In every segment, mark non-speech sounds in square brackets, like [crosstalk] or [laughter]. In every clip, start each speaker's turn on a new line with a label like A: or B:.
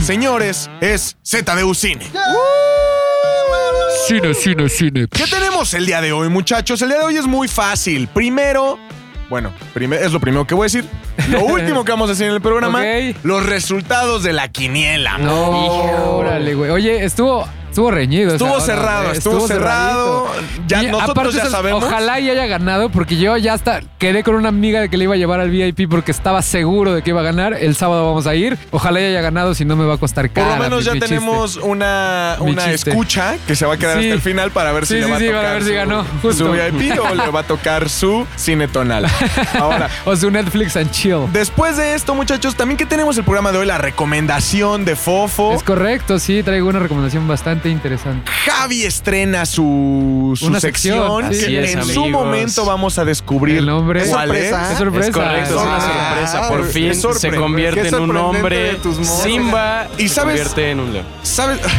A: Señores, es ZDU Cine.
B: Uh,
C: Cine, cine, cine.
A: ¿Qué tenemos el día de hoy, muchachos? El día de hoy es muy fácil. Primero, bueno, prime- es lo primero que voy a decir.
B: [laughs]
A: Lo último que vamos a decir en el programa,
B: Ok.
A: los resultados de la quiniela.
B: No. Órale, güey. Oye, estuvo, estuvo reñido. esa
A: Estuvo
B: hora,
A: cerrado,
B: güey.
A: estuvo, cerrado.
B: cerradito.
A: Ya
B: Y
A: nosotros
B: aparte,
A: ya
B: eso-
A: sabemos.
B: Ojalá y haya ganado, porque yo ya hasta quedé con una amiga de que le iba a llevar al VIP porque estaba seguro de que iba a ganar. El sábado vamos a ir. Ojalá y haya ganado, si no me va a costar
A: Por
B: cara.
A: lo menos
B: mi-
A: ya
B: mi chiste.
A: tenemos una,
B: Mi
A: una
B: chiste.
A: escucha que se va a quedar
B: Sí.
A: hasta el final para ver si
B: Sí,
A: le
B: sí,
A: va
B: sí,
A: a
B: para
A: tocar
B: ver si
A: su-
B: ganó,
A: su
B: justo.
A: VIP o le va a tocar su cine
B: [laughs]
A: tonal. Ahora,
B: O su Netflix and chill.
A: después de esto, muchachos, también que tenemos el programa de hoy, la recomendación de Fofo.
B: Es correcto, sí, traigo una recomendación bastante interesante.
A: Javi estrena su, su
B: Una
A: sección.
B: sección,
A: que
B: sí.
A: en
D: Así es,
A: su
D: amigos.
A: momento vamos a descubrir
B: El nombre. Es
A: cuál
E: sorpresa.
A: Ah, es.
B: Es sorpresa.
D: Es correcto, es una
A: Ah,
D: sorpresa. Por
A: qué
D: fin se
A: sorprendente.
E: Qué
D: convierte en un
E: sorprendente
D: hombre.
E: de tus modos.
D: Simba
A: ¿Y
D: se
A: sabes?
D: convierte en un león.
A: ¿Sabes? [laughs]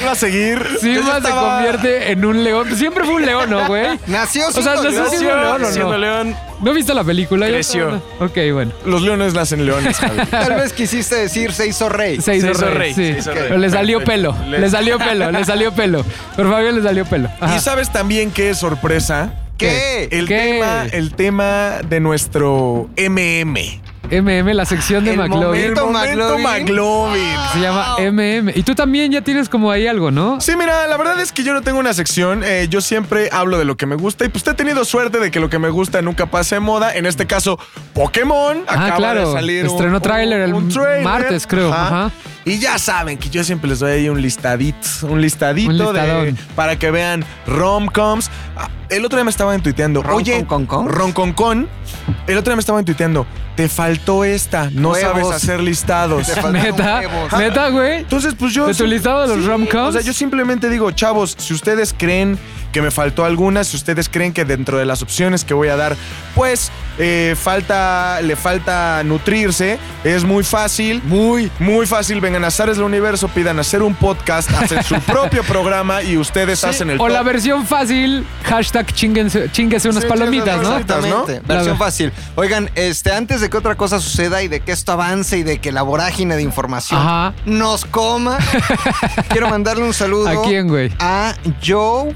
A: Iba a seguir. Yo ya
B: Simba se
A: estaba-
B: convierte en un león. Siempre fue un león,
A: [laughs]
B: ¿no, güey?
E: Nació
B: sea,
E: siendo
B: nació
E: león.
B: siendo- un león o no?
D: siendo león.
B: ¿No viste la película? Yo
D: Creció.
B: estaba- Ok, bueno.
A: Los leones nacen leones, Javi.
E: Tal vez quisiste decir se hizo rey.
B: Se hizo,
D: Se hizo
B: rey,
D: rey,
B: sí.
D: se hizo rey.
B: Pero le salió
D: Perfecto.
B: pelo,
D: Le-
B: le salió pelo, le salió pelo. Por Fabio le salió pelo. [laughs] Ajá.
A: Y sabes también qué es sorpresa.
E: ¿Qué?
A: El
B: ¿Qué?
A: tema, el tema de nuestro MM.
B: MM, la sección de
A: el
B: McLovin.
A: momento momento
E: McLovin.
A: McLovin.
B: Se llama MM. Y tú también ya tienes como ahí algo, ¿no?
A: Sí, mira, la verdad es que yo no tengo una sección. eh, yo siempre hablo de lo que me gusta y pues he tenido suerte de que lo que me gusta nunca pase de moda. En este caso, Pokémon.
B: Ah,
A: acaba
B: claro.
A: de salir. un-
B: Estrenó tráiler el
A: tráiler.
B: martes, creo. Ajá.
A: Y ya saben que yo siempre les doy ahí un listadito, un listadito
B: Un
A: de,
B: listadón.
A: para que vean romcoms. Ah, El otro día me estaban tuiteando,
E: ¿Rom
A: oye,
E: con con con?
A: ronconcon. El otro día me estaban tuiteando, te faltó esta, no
E: Huevos.
A: sabes hacer listados.
E: Te faltaron
B: Neta,
E: huevos.
B: neta, güey.
A: Entonces, pues yo.
B: ¿De tu listado de los rom-coms?
A: O sea, yo simplemente digo, chavos, si ustedes creen que me faltó alguna, si ustedes creen que dentro de las opciones que voy a dar, pues eh, falta, le falta nutrirse, es muy fácil. Muy, muy fácil. Vengan a Zares del Universo, pidan hacer un podcast, hacen su propio programa y ustedes hacen el
B: O la
A: top.
B: versión fácil, hashtag chinguense, chinguese unas
A: Sí,
B: palomitas,
A: chinguense
B: ¿no?
A: unas palomitas, ¿no?
E: Exactamente. Versión fácil. Oigan, este, antes de que otra cosa suceda y de que esto avance y de que la vorágine de información
B: Ajá. [laughs]
E: nos coma, quiero mandarle un saludo
B: ¿A quién, güey?
E: a Joe.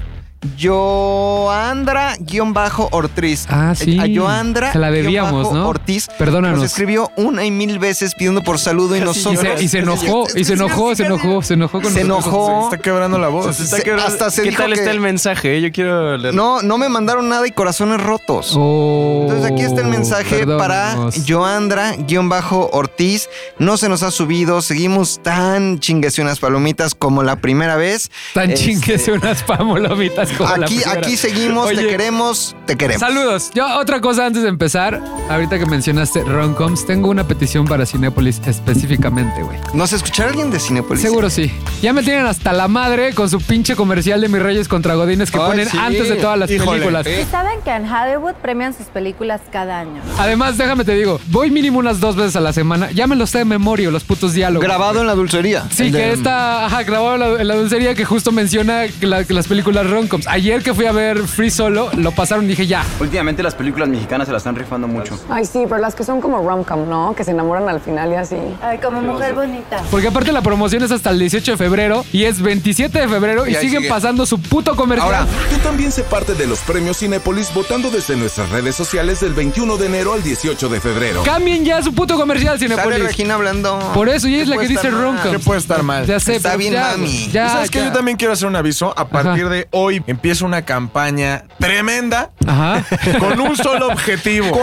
E: Joandra-Ortiz.
B: Ah, sí.
E: A Joandra.
B: Se la debíamos, ¿no?
E: Ortiz.
B: Perdónanos.
E: Nos escribió una y mil veces pidiendo por saludo
B: [laughs]
E: y
B: Y
E: nosotros.
B: se, y se enojó, y se enojó, se enojó, se enojó con
E: Se
B: nosotros.
A: Se
E: enojó.
A: está quebrando la voz.
D: Se está
E: Se-
D: quebrando-
E: hasta se
D: ¿Qué
E: dijo
D: tal
E: que-
D: está el mensaje? Yo quiero leer.
E: No, no me mandaron nada y corazones rotos.
B: Oh,
E: Entonces aquí está el mensaje para
B: perdónanos.
E: Joandra-Ortiz. No se nos ha subido, seguimos tan chingues unas palomitas como la primera vez.
B: Tan
E: Este,
B: chinguese unas pamolomitas como la
E: Aquí,
B: primera.
E: aquí seguimos, te
B: Oye,
E: queremos, te queremos.
B: Saludos. Yo otra cosa antes de empezar, ahorita que mencionaste Roncoms, tengo una petición para Cinépolis específicamente, güey.
E: ¿Nos escuchará alguien de Cinepolis?
B: Seguro sí. Ya me tienen hasta la madre con su pinche comercial de mis reyes contra godines que
E: Ay,
B: ponen
E: sí.
B: antes de todas las
A: Híjole.
B: películas.
F: ¿Y saben que en Hollywood premian sus películas cada año?
B: Además, déjame te digo, voy mínimo unas dos veces a la semana. Ya me los sé de memoria los putos diálogos.
E: Grabado en la dulcería.
B: Sí,
E: El
B: que
E: de-
B: está ajá, grabado en la, en la dulcería que justo menciona que la- que las películas romcoms. Ayer que fui a ver Free Solo, lo pasaron y dije ya.
G: Últimamente las películas mexicanas se las están rifando mucho.
H: Ay, sí, pero las que son como rom-com, ¿no? Que se enamoran al final y así.
F: Ay, como mujer bonita.
B: Porque aparte la promoción es hasta el 18 de febrero y es 27 de febrero y,
E: Y ahí
B: siguen
E: sigue.
B: pasando su puto comercial.
E: Ahora,
I: Tú también sé parte de los premios Cinépolis votando desde nuestras redes sociales del 21 de enero al 18 de febrero.
B: Cambien ya su puto comercial,
E: Sale
B: Cinepolis.
E: Regina hablando.
B: Por eso, y ella es la
E: ¿Qué
B: que
E: puede
B: dice
E: estar mal?
B: romcom.
A: ¿Qué puede estar mal?
B: Ya sé,
E: Está
B: pero
E: bien,
B: ya,
E: mami.
B: Ya,
A: ¿Sabes qué?
B: ya.
A: Yo también quiero hacer un aviso. A partir de hoy empieza una campaña tremenda
E: [laughs]
B: Ajá.
A: con un solo objetivo.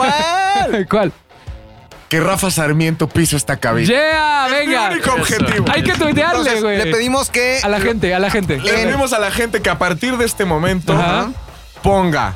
B: ¿Cuál?
A: Que Rafa Sarmiento pise esta cabina.
B: Yeah, venga.
A: único objetivo.
B: Hay que tuitearle,
E: Entonces,
B: güey.
E: le pedimos que
B: a la gente, a la gente.
A: Le pedimos a la gente que a partir de este momento
B: Ajá.
A: ponga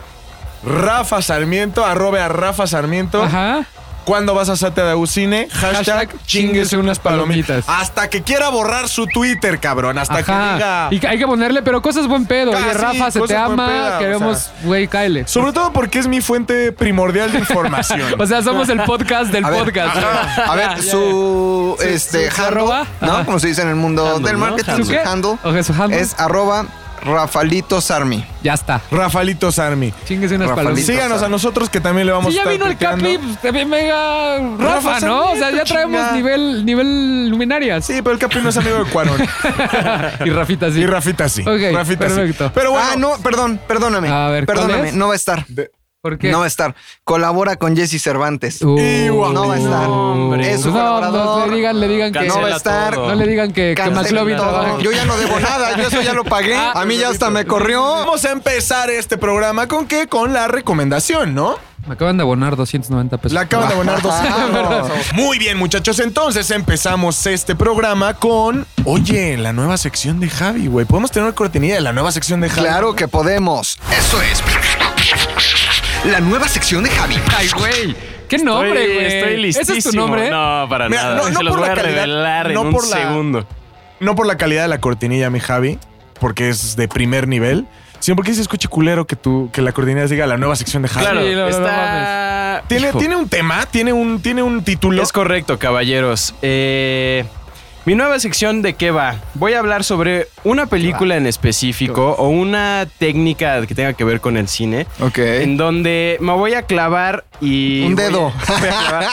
A: Rafa Sarmiento, arrobe a Rafa Sarmiento.
B: Ajá.
A: ¿Cuándo vas a Sate de Cine? Hashtag
B: Hashtag
A: chingues unas palomitas.
B: palomitas.
A: Hasta que quiera borrar su Twitter, cabrón. Hasta que diga.
B: Ajá. Y que hay que ponerle, pero cosas buen pedo.
A: Ah,
B: Oye,
A: sí,
B: Rafa, se te
A: cosas buen
B: ama.
A: pedo, o
B: queremos,
A: sea.
B: güey, cáele.
A: Sobre todo porque es mi fuente primordial de información.
B: [laughs] O sea, somos el podcast del
E: A ver,
B: podcast.
E: A ver, su
B: su
E: este handle,
B: arroba,
E: ¿no?
B: ajá.
E: Como se dice en el mundo del
D: ¿no?
E: marketing,
B: ¿Su
E: su
B: qué?
E: handle
B: Ok, su handle.
E: es arroba Rafalito Sarmi.
B: Ya está.
A: Rafalito Sarmi.
B: Chingues unas
E: Rafaelito.
B: palomitas.
A: Síganos a nosotros que también le vamos
B: Sí,
A: a
B: ya
A: estar
B: vino el
A: tuiteando.
B: Capi, pues, también mega Rafa,
A: Rafa
B: ¿no? O sea, ya
A: Sarmiento,
B: traemos
A: chinga.
B: nivel, nivel luminarias.
A: Sí, pero el Capi no es amigo de Cuarón.
B: [laughs] Y Rafita sí.
A: Y Rafita sí.
B: Ok,
A: Rafita sí.
B: perfecto.
A: Pero bueno,
E: Ah, no, perdón, perdóname.
B: A ver, ¿cuál
E: perdóname,
B: es?
E: no va a estar.
B: ¿Por qué?
E: No va a estar. Colabora con Jesse Cervantes.
A: Igual.
E: No va a estar.
B: Hombre.
E: Es un
B: no, no,
E: colaborador.
B: le digan, le digan que
E: No va a estar.
B: no le digan que, que
E: Cancelen
B: McLovin
E: todo.
B: trabaja. aquí.
E: Yo ya no debo nada, yo eso ya lo
B: [laughs]
E: pagué. A mí ya hasta me corrió.
A: Vamos a empezar este programa con qué? Con la recomendación, ¿no?
B: Me acaban de abonar 290 pesos.
A: La acaban de abonar dos. Muy bien, muchachos. Entonces empezamos este programa con. Oye, la nueva sección de Javi, güey. Podemos tener una cortinilla de la nueva sección de Javi.
E: Claro que podemos. Eso es. La nueva sección de Javi.
B: Ay, güey. ¿Qué nombre,
D: Estoy-
B: güey?
D: Estoy listísimo.
B: ¿Ese es tu nombre?
D: No, para
A: Mira,
D: nada.
A: no- no
D: Se los
A: por
D: voy
A: la
D: a
A: calidad,
D: revelar
A: no
D: en
A: por
D: un
A: la-
D: segundo.
A: No por la calidad de la cortinilla, mi Javi, porque es de primer nivel, sino porque se escucha culero que, tú, que la cortinilla diga la nueva sección de Javi.
D: Claro,
B: no, no, no
D: está...
A: ¿Tiene,
D: Hijo.
A: tiene un tema, tiene un, tiene un título.
D: Es correcto, caballeros. Eh, mi nueva sección de qué va. Voy a hablar sobre una película en específico o una técnica que tenga que ver con el cine.
E: Ok.
D: En donde me voy a clavar y.
E: Un
D: voy a-
E: dedo.
D: voy a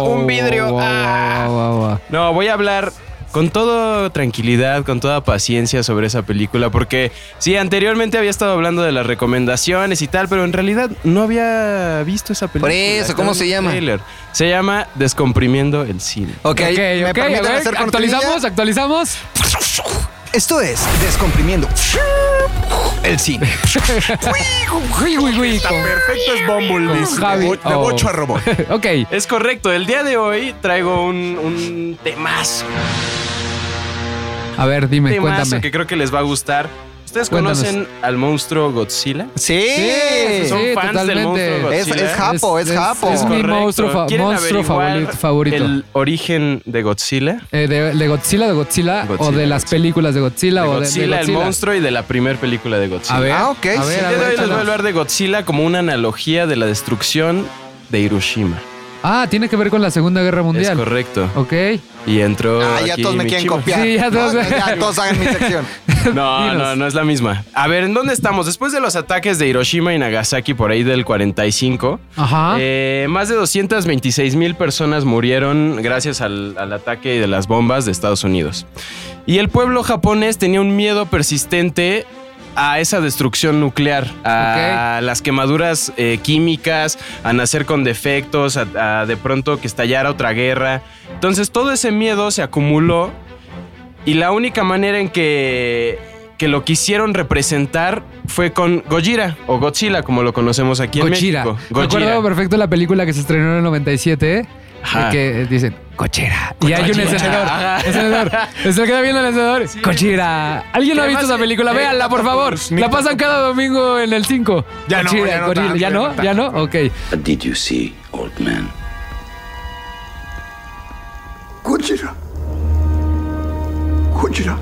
B: [laughs] Wow,
D: un vidrio.
B: wow,
D: Ah.
B: wow, wow, wow.
D: No, voy a hablar con toda tranquilidad, con toda paciencia sobre esa película, porque sí, anteriormente había estado hablando de las recomendaciones y tal, pero en realidad no había visto esa película.
E: eso, ¿cómo
D: Está en
E: se
D: el
E: llama?
D: tráiler. Se llama Descomprimiendo el cine.
E: Ok,
B: Ok,
E: ¿me
B: ok, a
E: permiten
B: ver,
E: hacer cortinilla?
B: actualizamos, actualizamos.
E: Esto es Descomprimiendo el cine.
B: Uy, uy, uy.
A: Perfecto es Bumblebee.
B: Con Javi.
A: De, bo- de
B: Oh.
A: bocho a robot.
B: [laughs] Ok.
D: [laughs] Es correcto, el día de hoy traigo un, un temazo,
B: A ver, dime,
D: temazo
B: cuéntame.
D: que creo que les va a gustar. ¿Ustedes
B: Cuéntanos.
D: conocen al monstruo Godzilla?
E: Sí.
B: Sí,
D: Son fans del
B: totalmente.
D: monstruo
E: Es-
D: Godzilla.
E: es Japo, es Japo.
B: Es, mi
D: Correcto.
B: monstruo, fa-
D: ¿Quieren
B: monstruo
D: averiguar
B: favorito. favorito.
D: El origen de Godzilla.
B: Eh, de, de Godzilla, de Godzilla, o
D: Godzilla,
B: de las
D: Godzilla.
B: películas de Godzilla
D: de
B: o de- de
D: Godzilla, el
B: Godzilla.
D: monstruo y de la primera película de Godzilla.
B: A ver,
E: Ah,
B: a
E: ok, sí,
B: ver, a
D: El día
B: ver,
D: de hoy les voy a
B: échanos.
D: hablar de Godzilla como una analogía de la destrucción de Hiroshima.
B: Ah, tiene que ver con la Segunda Guerra
D: Es
B: Mundial.
D: correcto.
B: Ok.
D: Y entró.
E: Ah, ya
D: aquí
E: todos me
D: mi
E: quieren
D: chivo.
E: copiar.
B: Sí, ya todos-
E: No, ya
B: [laughs]
E: todos hagan mi sección.
D: [laughs] No,
B: Dinos.
D: no, no es la misma. A ver, ¿en dónde estamos? Después de los ataques de Hiroshima y Nagasaki por ahí del 45,
B: Ajá.
D: eh, más de 226 mil personas murieron gracias al, al ataque de las bombas de Estados Unidos. Y el pueblo japonés tenía un miedo persistente a esa destrucción nuclear, a las quemaduras eh, químicas, a nacer con defectos, a, a de pronto que estallara otra guerra. Entonces todo ese miedo se acumuló y la única manera en que, que lo quisieron representar fue con Gojira o Godzilla, como lo conocemos aquí
B: Cochira.
D: en México.
B: Me acuerdo perfecto la película que se estrenó en el 97, ¿eh?
D: Ajá.
B: que eh, dicen cochera. Y hay un
D: Cochera.
B: encendedor.
D: Ajá. [laughs]
B: Encendedor. Se queda viendo el encendedor. cochira. ¿Alguien no ha
D: Que
B: visto esa
D: además,
B: película?
D: eh,
B: Véanla, por favor.
A: ni
B: La pasan cada domingo en el 5.
A: Ya no, ya no tanto,
B: ¿Ya
A: ya no
B: no? ¿Ya no? Ok.
C: What did you see, old man?
J: Gojira. Gojira.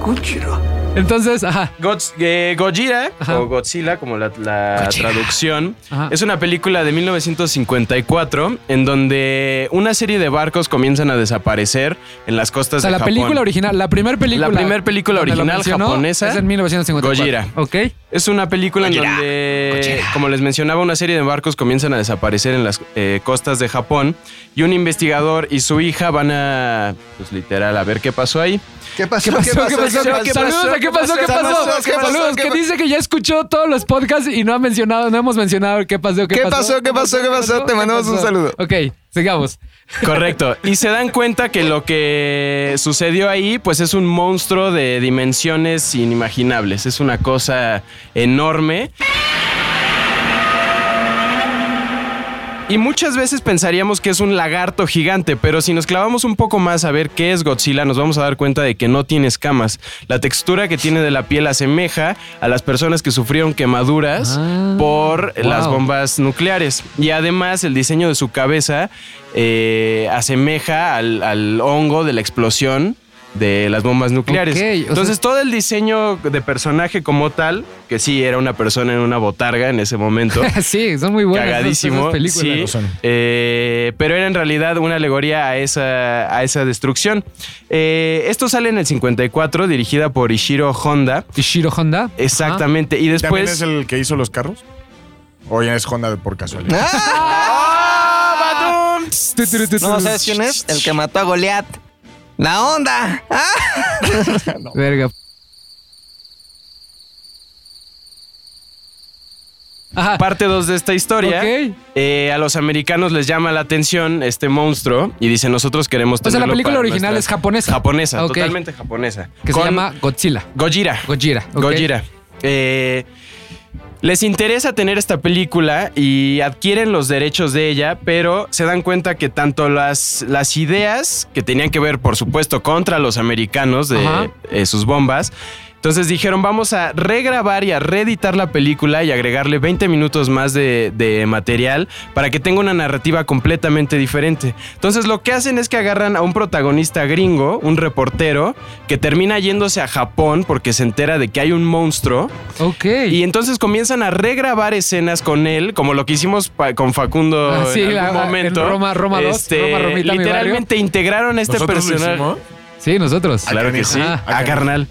J: Gojira.
B: Entonces, ajá.
D: Godz- eh, Gojira,
B: Ajá.
D: o Godzilla, como la, la traducción,
B: Ajá.
D: es una película de 1954 en donde una serie de barcos comienzan a desaparecer en las costas
B: O sea,
D: de
B: la
D: Japón.
B: película original, la primera película.
D: La primer película
B: donde lo
D: original
B: mencionó
D: japonesa,
B: Es en 1954.
D: Gojira.
B: Ok.
D: Es una película en donde, como les mencionaba, una serie de barcos comienzan a desaparecer en las eh, costas de Japón y un investigador y su hija van a, pues literal, a ver qué pasó ahí.
E: ¿Qué pasó?
B: ¿Qué pasó? ¿Qué pasó? Saludos a ¿Qué pasó? ¿Qué pasó?
E: ¿Qué pasó?
B: Saludos,
E: ¿Qué
B: que
E: pasó?
B: dice que ya escuchó todos los podcasts y no ha mencionado, no hemos mencionado qué pasó, qué
E: ¿Qué
B: pasó.
E: pasó? ¿Qué pasó? ¿Qué pasó? Te
B: ¿Qué
E: mandamos un
B: pasó?
E: saludo.
B: Ok, sigamos. [laughs]
D: Correcto. Y se dan cuenta que lo que sucedió ahí, pues es un monstruo de dimensiones inimaginables. Es una cosa enorme. Y muchas veces pensaríamos que es un lagarto gigante, pero si nos clavamos un poco más a ver qué es Godzilla, nos vamos a dar cuenta de que no tiene escamas. La textura que tiene de la piel asemeja a las personas que sufrieron quemaduras
B: Ah,
D: por las
B: wow.
D: bombas nucleares. Y además el diseño de su cabeza eh, asemeja al, al hongo de la explosión de las bombas nucleares.
B: Ok, o sea-
D: Entonces, todo el diseño de personaje como tal, que sí era una persona en una botarga en
B: [laughs]
D: ese momento.
B: sí, son muy buenas. esas-
D: [laughs] Cagadísimo,
B: esas películas.
D: sí,
A: Lo son.
D: eh, pero era en realidad una alegoría a esa, a esa destrucción. Eh, esto sale en el 54, dirigida por Ishiro Honda.
B: Ishiro Honda.
D: Exactamente. Y
A: ¿También
D: después.
A: es el que hizo los carros? ¿O ya es Honda por casualidad?
D: ¡Ah, badum!
E: [laughs] No, ¿sabes quién es? El que mató a Goliat. La onda. ¡Ah!
B: Verga. Ajá.
D: Parte 2 de esta historia.
B: Ok.
D: Eh, a los americanos les llama la atención este monstruo y dicen nosotros queremos
B: O sea, la
D: tenerlo
B: película
D: para
B: original
D: nuestras-
B: es japonesa.
D: Japonesa,
B: Ok.
D: totalmente japonesa.
B: Que
D: Con
B: se llama Godzilla.
D: Gojira.
B: Gojira. ok.
D: Gojira. Eh, les interesa tener esta película y adquieren los derechos de ella, pero se dan cuenta que tanto las, las ideas que tenían que ver, por supuesto, contra los americanos
B: Ajá.
D: de eh, sus bombas. Entonces dijeron, vamos a regrabar y a reeditar la película y agregarle 20 minutos más de, de material para que tenga una narrativa completamente diferente. Entonces lo que hacen es que agarran a un protagonista gringo, un reportero, que termina yéndose a Japón porque se entera de que hay un monstruo.
B: Ok.
D: Y entonces comienzan a regrabar escenas con él, como lo que hicimos pa- con Facundo
B: Ah, sí,
D: en algún
B: la-
D: momento. Este,
B: en Roma- Roma dos, Roma, Romita, mi
D: literalmente integraron a este
A: ¿Nosotros lo
D: personaje.
A: hicimos?
B: Sí, nosotros.
D: Claro que sí.
B: Ah,
D: A carnal.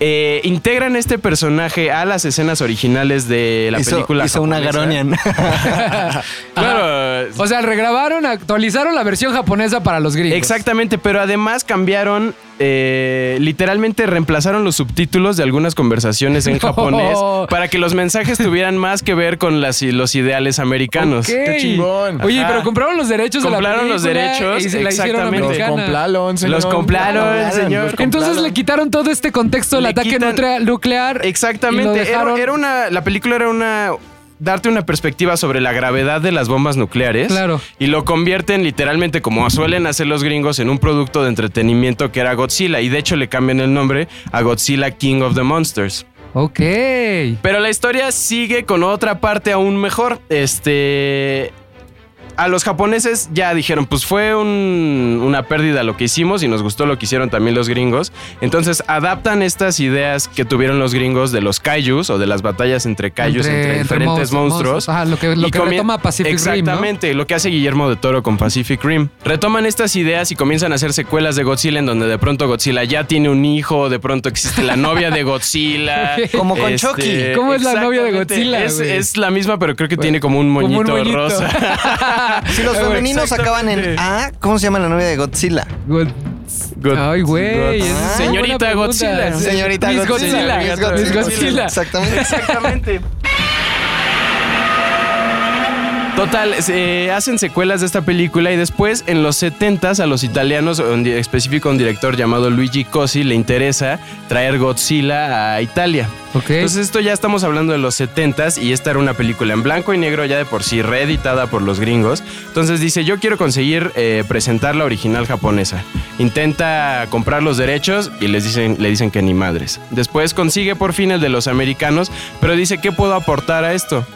D: Eh, integran este personaje a las escenas originales de la
E: hizo,
D: película.
E: hizo una
D: japonesa. Eh,
E: Garonian.
D: Claro.
B: O sea, regrabaron, actualizaron la versión japonesa para los gringos.
D: Exactamente, pero además cambiaron, eh, literalmente reemplazaron los subtítulos de algunas
B: [laughs]
D: conversaciones en
B: No.
D: japonés para que los mensajes tuvieran más que ver con las, los ideales americanos.
B: Ok.
A: ¡Qué chingón!
B: Oye,
D: Ajá.
B: pero compraron los derechos
D: Compraron los
B: de la película.
D: derechos,
B: y se la hicieron
D: exactamente.
A: Los
B: americana.
A: complaron, señor.
D: Los compraron, señor.
B: Entonces le quitaron todo este contexto del
D: Le
B: ataque
D: quitan-
B: nuclea- nuclear. y lo
D: Exactamente. Era,
B: dejaron-
D: era una. La película era una. Darte una perspectiva sobre la gravedad de las bombas nucleares.
B: Claro.
D: Y lo convierten literalmente, como suelen hacer los gringos, en un producto de entretenimiento que era Godzilla. Y de hecho le cambian el nombre a Godzilla King of the Monsters.
B: Ok.
D: Pero la historia sigue con otra parte aún mejor. Este. A los japoneses ya dijeron, pues fue un- una pérdida lo que hicimos y nos gustó lo que hicieron también los gringos. Entonces adaptan estas ideas que tuvieron los gringos de los kaijus o de las batallas entre kaijus, entre, diferentes monstruos.
B: Ajá, lo que, lo
D: Y
B: que
D: comien-
B: retoma Pacific Rim, ¿no?
D: Exactamente, lo que hace Guillermo de Toro con Pacific Rim. Retoman estas ideas y comienzan a hacer secuelas de Godzilla en donde de pronto Godzilla ya tiene un hijo, de pronto existe la novia
B: [laughs]
D: de Godzilla. Este,
E: Como con Chucky.
B: ¿Cómo es la novia de
D: exactamente,
B: Godzilla,
D: Es,
B: güey?
D: es la misma, pero creo que tiene como un
B: Como un
D: moñito,
B: moñito.
D: rosa.
E: Si los
D: Exactamente.
E: femeninos acaban en A, ¿cómo se llama la novia de Godzilla?
B: God-
D: God-
B: Ay, güey.
D: God-
B: esa es
D: Señorita
B: buena pregunta.
D: Ah. Godzilla.
B: Sí.
E: Señorita
B: Miss
E: Godzilla.
B: Godzilla.
E: Miss
B: Miss Godzilla.
E: Exactamente.
D: Exactamente. Total, se eh, hacen secuelas de esta película y después en los 70s a los italianos, en específico a un director llamado Luigi Cosi, le interesa traer Godzilla a Italia.
B: Ok.
D: Entonces esto ya estamos hablando de los 70s y esta era una película en blanco y negro ya de por sí reeditada por los gringos. Entonces dice, yo quiero conseguir eh, presentar la original japonesa. Intenta comprar los derechos y les dicen, le dicen que ni madres. Después consigue por fin el de los americanos, pero dice, ¿qué puedo aportar a esto?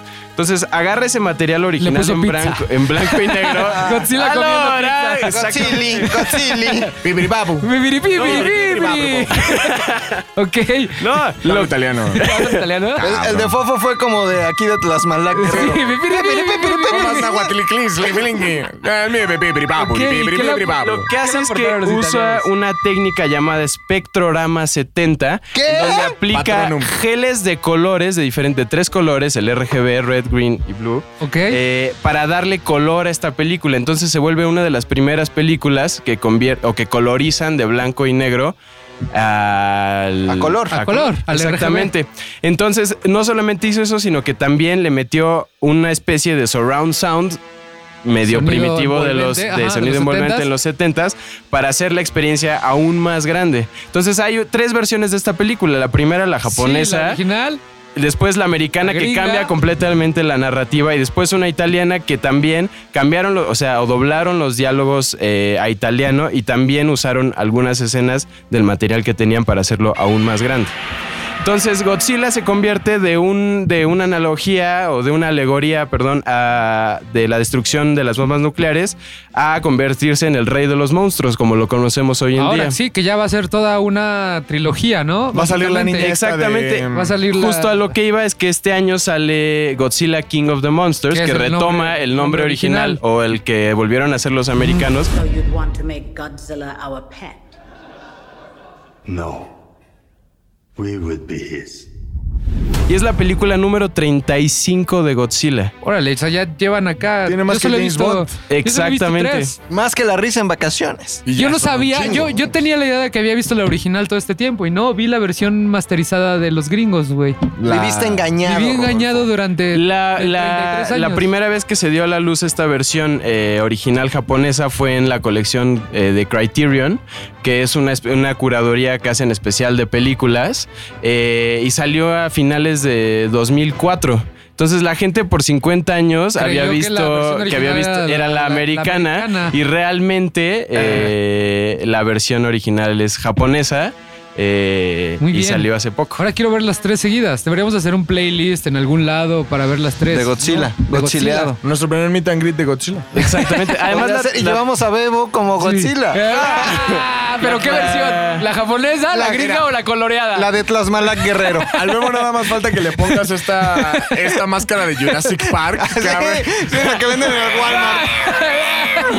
D: Entonces agarra ese material original
B: puso
D: en
B: pizza.
D: blanco, en blanco y negro.
B: [laughs]
D: Ah,
B: Godzilla comiendo
D: Alora,
B: pizza.
D: exactamente.
E: Godzilla, Godzilla. Bibiribabu.
B: Bibiri, bibiri, bibiri.
D: [laughs]
B: Ok.
A: [laughs]
D: No,
A: Lo
D: lo-
A: italiano.
B: ¿Hablas italiano?
E: El, el de Fofo fue como de aquí de Tlaxmalak. creo.
B: Sí, bibiri, bibiri, bibiri.
A: Más aguatiliclis, libilingui. Ah, mi bibiribabu,
B: Ok, ¿y qué la-
A: bibiribabu.
D: Lo que hace es que
B: aportaron los
D: usa
B: italianos?
D: una técnica llamada espectrorama 70,
E: ¿Qué?
D: donde aplica
A: Patronum.
D: geles de colores de diferente tres colores, el RGB, red, green y blue,
B: Ok.
D: eh, para darle color a esta película. Entonces se vuelve una de las primeras películas que convier- o que colorizan de blanco y negro al
E: A color.
B: A color, al RGB.
D: exactamente. Entonces, no solamente hizo eso, sino que también le metió una especie de surround sound medio
B: Sonido
D: primitivo de los de
B: envolvente, ajá,
D: sonido
B: de los
D: envolvente
B: 70s.
D: en los 70s para hacer la experiencia aún más grande. Entonces hay tres versiones de esta película, la primera la
B: Sí, la
D: japonesa,
B: original.
D: después la americana
B: La
D: que
B: gringa.
D: cambia completamente la narrativa y después una italiana que también cambiaron, lo- o sea, o doblaron los diálogos eh, a italiano y también usaron algunas escenas del material que tenían para hacerlo aún más grande. Entonces Godzilla se convierte de, un, de una analogía o de una alegoría, perdón, a- de la destrucción de las bombas nucleares a convertirse en el rey de los monstruos, como lo conocemos hoy en
B: Ahora
D: día.
B: sí, que ya va a ser toda una trilogía, ¿no?
A: Va a salir la niña
B: Básicamente.
A: esta
D: Exactamente.
A: de-
B: Va a salir la-
D: Justo a lo que iba es que este año sale Godzilla King of the Monsters,
B: Que
D: que,
B: es el
D: retoma
B: nombre-
D: el nombre
B: nombre
D: original,
B: original.
D: o el que volvieron a hacer los americanos.
K: So you'd want to make Godzilla our pet.
J: No. We would be his.
D: Y es la película número 35 de Godzilla.
B: Órale, o sea, ya llevan acá.
A: Tiene más
B: yo solo
A: que
B: he
A: James
B: visto-
A: Bond.
B: yo solo he visto
D: Exactamente.
B: tres.
E: Más que la risa en vacaciones.
B: Yo no sabía, yo, yo tenía la idea de que había visto la original todo este tiempo y no, vi la versión masterizada de los gringos, güey.
E: Viviste engañado.
B: Viví engañado durante
D: La,
B: 33
D: la-
B: años.
D: la primera vez que se dio a la luz esta versión eh, original japonesa fue en la colección eh, de Criterion, que es una, espe- una curaduría que hacen especial de películas, eh, y salió a finales de 2004. Entonces la gente por 50 años
B: Creyó
D: había
B: que la
D: visto
B: versión
D: que, había
B: original era
D: visto
B: la-
D: era, la,
B: la- la
D: americana,
B: americana.
D: y realmente eh, la versión original es japonesa eh,
B: Muy
D: y
B: bien.
D: salió hace poco.
B: Ahora quiero ver las tres seguidas. Deberíamos hacer un playlist en algún lado para ver las tres.
E: De Godzilla, Godzileado.
A: Nuestro primer meet and greet de Godzilla.
D: Exactamente. Además, la-
E: y
D: la-
E: llevamos a Bebo como Godzilla.
B: Sí. Ah, ¿Pero qué versión? ¿La japonesa, la,
E: La
B: gringa
E: gra-
B: o la coloreada?
E: La de Tlasmalak Guerrero.
A: Al Memo nada más falta que le pongas esta, esta máscara de Jurassic Park.
E: [laughs] Sí,
A: cabrón.
E: sí, la que venden en el Walmart.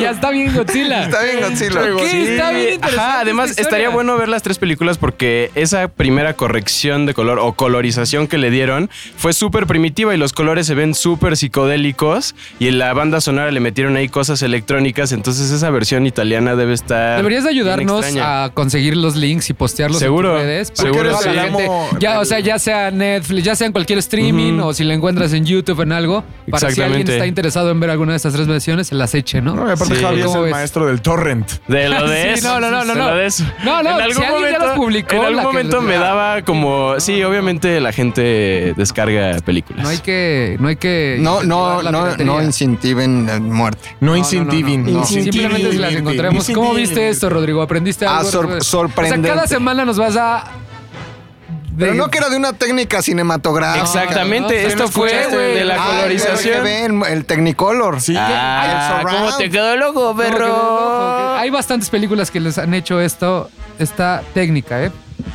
B: [laughs] ya está bien Godzilla.
E: Está bien Godzilla.
B: ¿Por qué?
D: Sí,
B: Está bien
D: ajá,
B: interesante esta
D: además
B: historia.
D: estaría bueno ver las tres películas porque esa primera corrección de color o colorización que le dieron fue súper primitiva y los colores se ven súper psicodélicos y en la banda sonora le metieron ahí cosas electrónicas, entonces esa versión italiana debe estar...
B: Deberías de
D: bien
B: ayudarnos
D: extraña.
B: a conseguir los links y postearlos en
D: Seguro,
B: tus redes. para
D: seguro,
B: que toda la
A: sí.
B: gente- ya, o sea, ya sea Netflix, ya sea en cualquier streaming o si la encuentras en YouTube en algo, para si alguien
D: Exactamente.
B: está interesado en ver alguna de estas tres versiones, se las eche, ¿no?
A: No, y aparte
D: Sí.
A: Javi es
B: ¿Cómo
A: el
B: ves?
A: maestro del torrent.
D: De lo de
B: Sí,
D: eso.
B: no, no, no, no,
D: de
B: no.
D: lo de eso.
B: No, no,
D: En
B: si
D: algún
B: alguien ya
D: momento,
B: los publicó,
D: en
B: la
D: algún
B: que-
D: momento me daba como... Sí, obviamente la gente descarga películas.
B: No hay que, no hay que.
E: No, no,
B: incentivar la
E: no,
B: piratería.
E: no incentiven la muerte.
A: No,
B: incentiven,
A: incentiven.
E: no.
B: Simplemente si las encontremos. ¿Cómo viste esto, Rodrigo? ¿Aprendiste
E: Ah,
B: algo?
E: sor-
B: O
E: sorprendente.
B: sea, cada semana nos vas a.
E: Pero no que era de una técnica cinematográfica.
D: Exactamente,
B: No, no,
D: esto
B: no
D: fue
B: escuchaste,
D: de la
B: güey.
E: Ay,
D: colorización.
E: pero que ven, el Technicolor.
A: Sí.
D: Ah,
E: el surround.
D: ¿cómo te quedó loco,
B: Como que de loco,
D: perro?
B: que- Hay bastantes películas que les han hecho esto, esta técnica, ¿eh?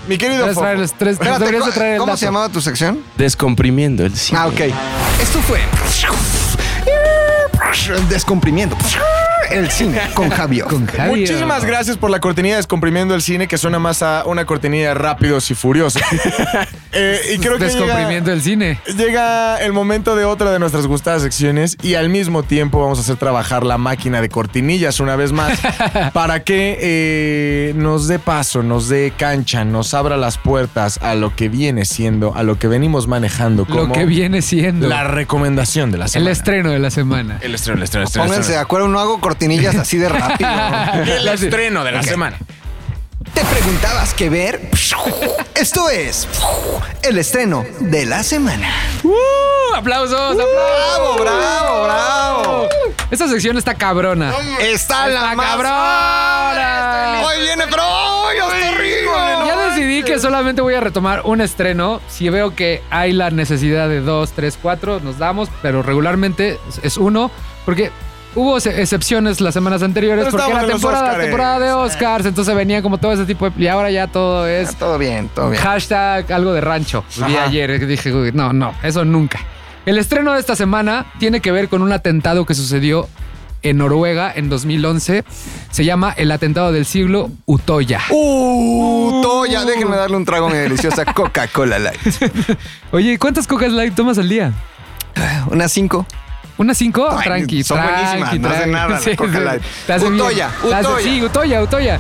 A: Mi querido
B: Deberías
A: Fofo.
B: traer, los tres-
E: Espérate,
B: deberías de traer el
E: ¿Cómo
B: dato.
E: se llamaba tu sección?
D: Descomprimiendo el cine.
E: Ah, ok. Esto fue. Descomprimiendo. El cine con Javier. Con
B: Javier.
A: Muchísimas gracias por la cortinilla Descomprimiendo el Cine, que suena más a una cortinilla de rápidos y
B: [laughs]
A: furiosos. Eh, y creo que llega,
B: Descomprimiendo el cine.
A: llega el momento de otra de nuestras gustadas secciones y al mismo tiempo vamos a hacer trabajar la máquina de cortinillas una vez
B: [laughs]
A: más para que eh, nos dé paso, nos dé cancha, nos abra las puertas a lo que viene siendo, a lo que venimos manejando como
B: Lo que viene siendo
A: la Eh. recomendación de la
B: el
A: semana.
B: estreno de la semana.
A: El estreno, el estreno, el estreno.
E: Pónganse de
A: el
E: acuerdo, no hago cortinillas así de rápido.
A: estreno. El estreno de la semana.
E: ¿Te preguntabas qué ver? Esto es el estreno de la semana.
B: ¡Uh! ¡Aplausos!
E: ¡Uh!
B: ¡Bravo,
E: bravo, bravo!
B: Esta sección está cabrona.
E: Está la más-
B: cabrona!
E: Hoy viene, pero hoy hasta arriba.
B: Ya decidí que solamente voy a retomar un estreno. Si veo que hay la necesidad de dos, tres, cuatro, nos damos, pero regularmente es- es uno, porque hubo ex- excepciones las semanas anteriores,
A: Pero
B: porque era
A: estaban los
B: temporada,
A: Óscares. Ah.
B: temporada de Oscars, entonces venía como todo ese tipo de... Y ahora ya todo es
E: Todo bien, todo bien.
B: Hashtag algo de rancho. Vi
E: Ajá.
B: ayer que dije, "Uy, no, no, eso nunca. El estreno de esta semana tiene que ver con un atentado que sucedió en Noruega en 2011. Se llama el atentado del siglo Utoya.
E: Uh, Toya, déjenme darle un trago a mi deliciosa [laughs] Coca-Cola Light.
B: Oye, ¿cuántas cocas light tomas al día?
E: Una cinco.
B: ¿Unas cinco?
E: Ay,
B: tranqui,
E: son
B: tranqui,
E: buenísimas, no
B: tranqui.
E: hacen nada
B: [laughs]
E: la Coca Light.
B: te hace bien.
E: Utoya,
B: Te hace-
E: Utoya.
B: Sí, Utoya, Utoya.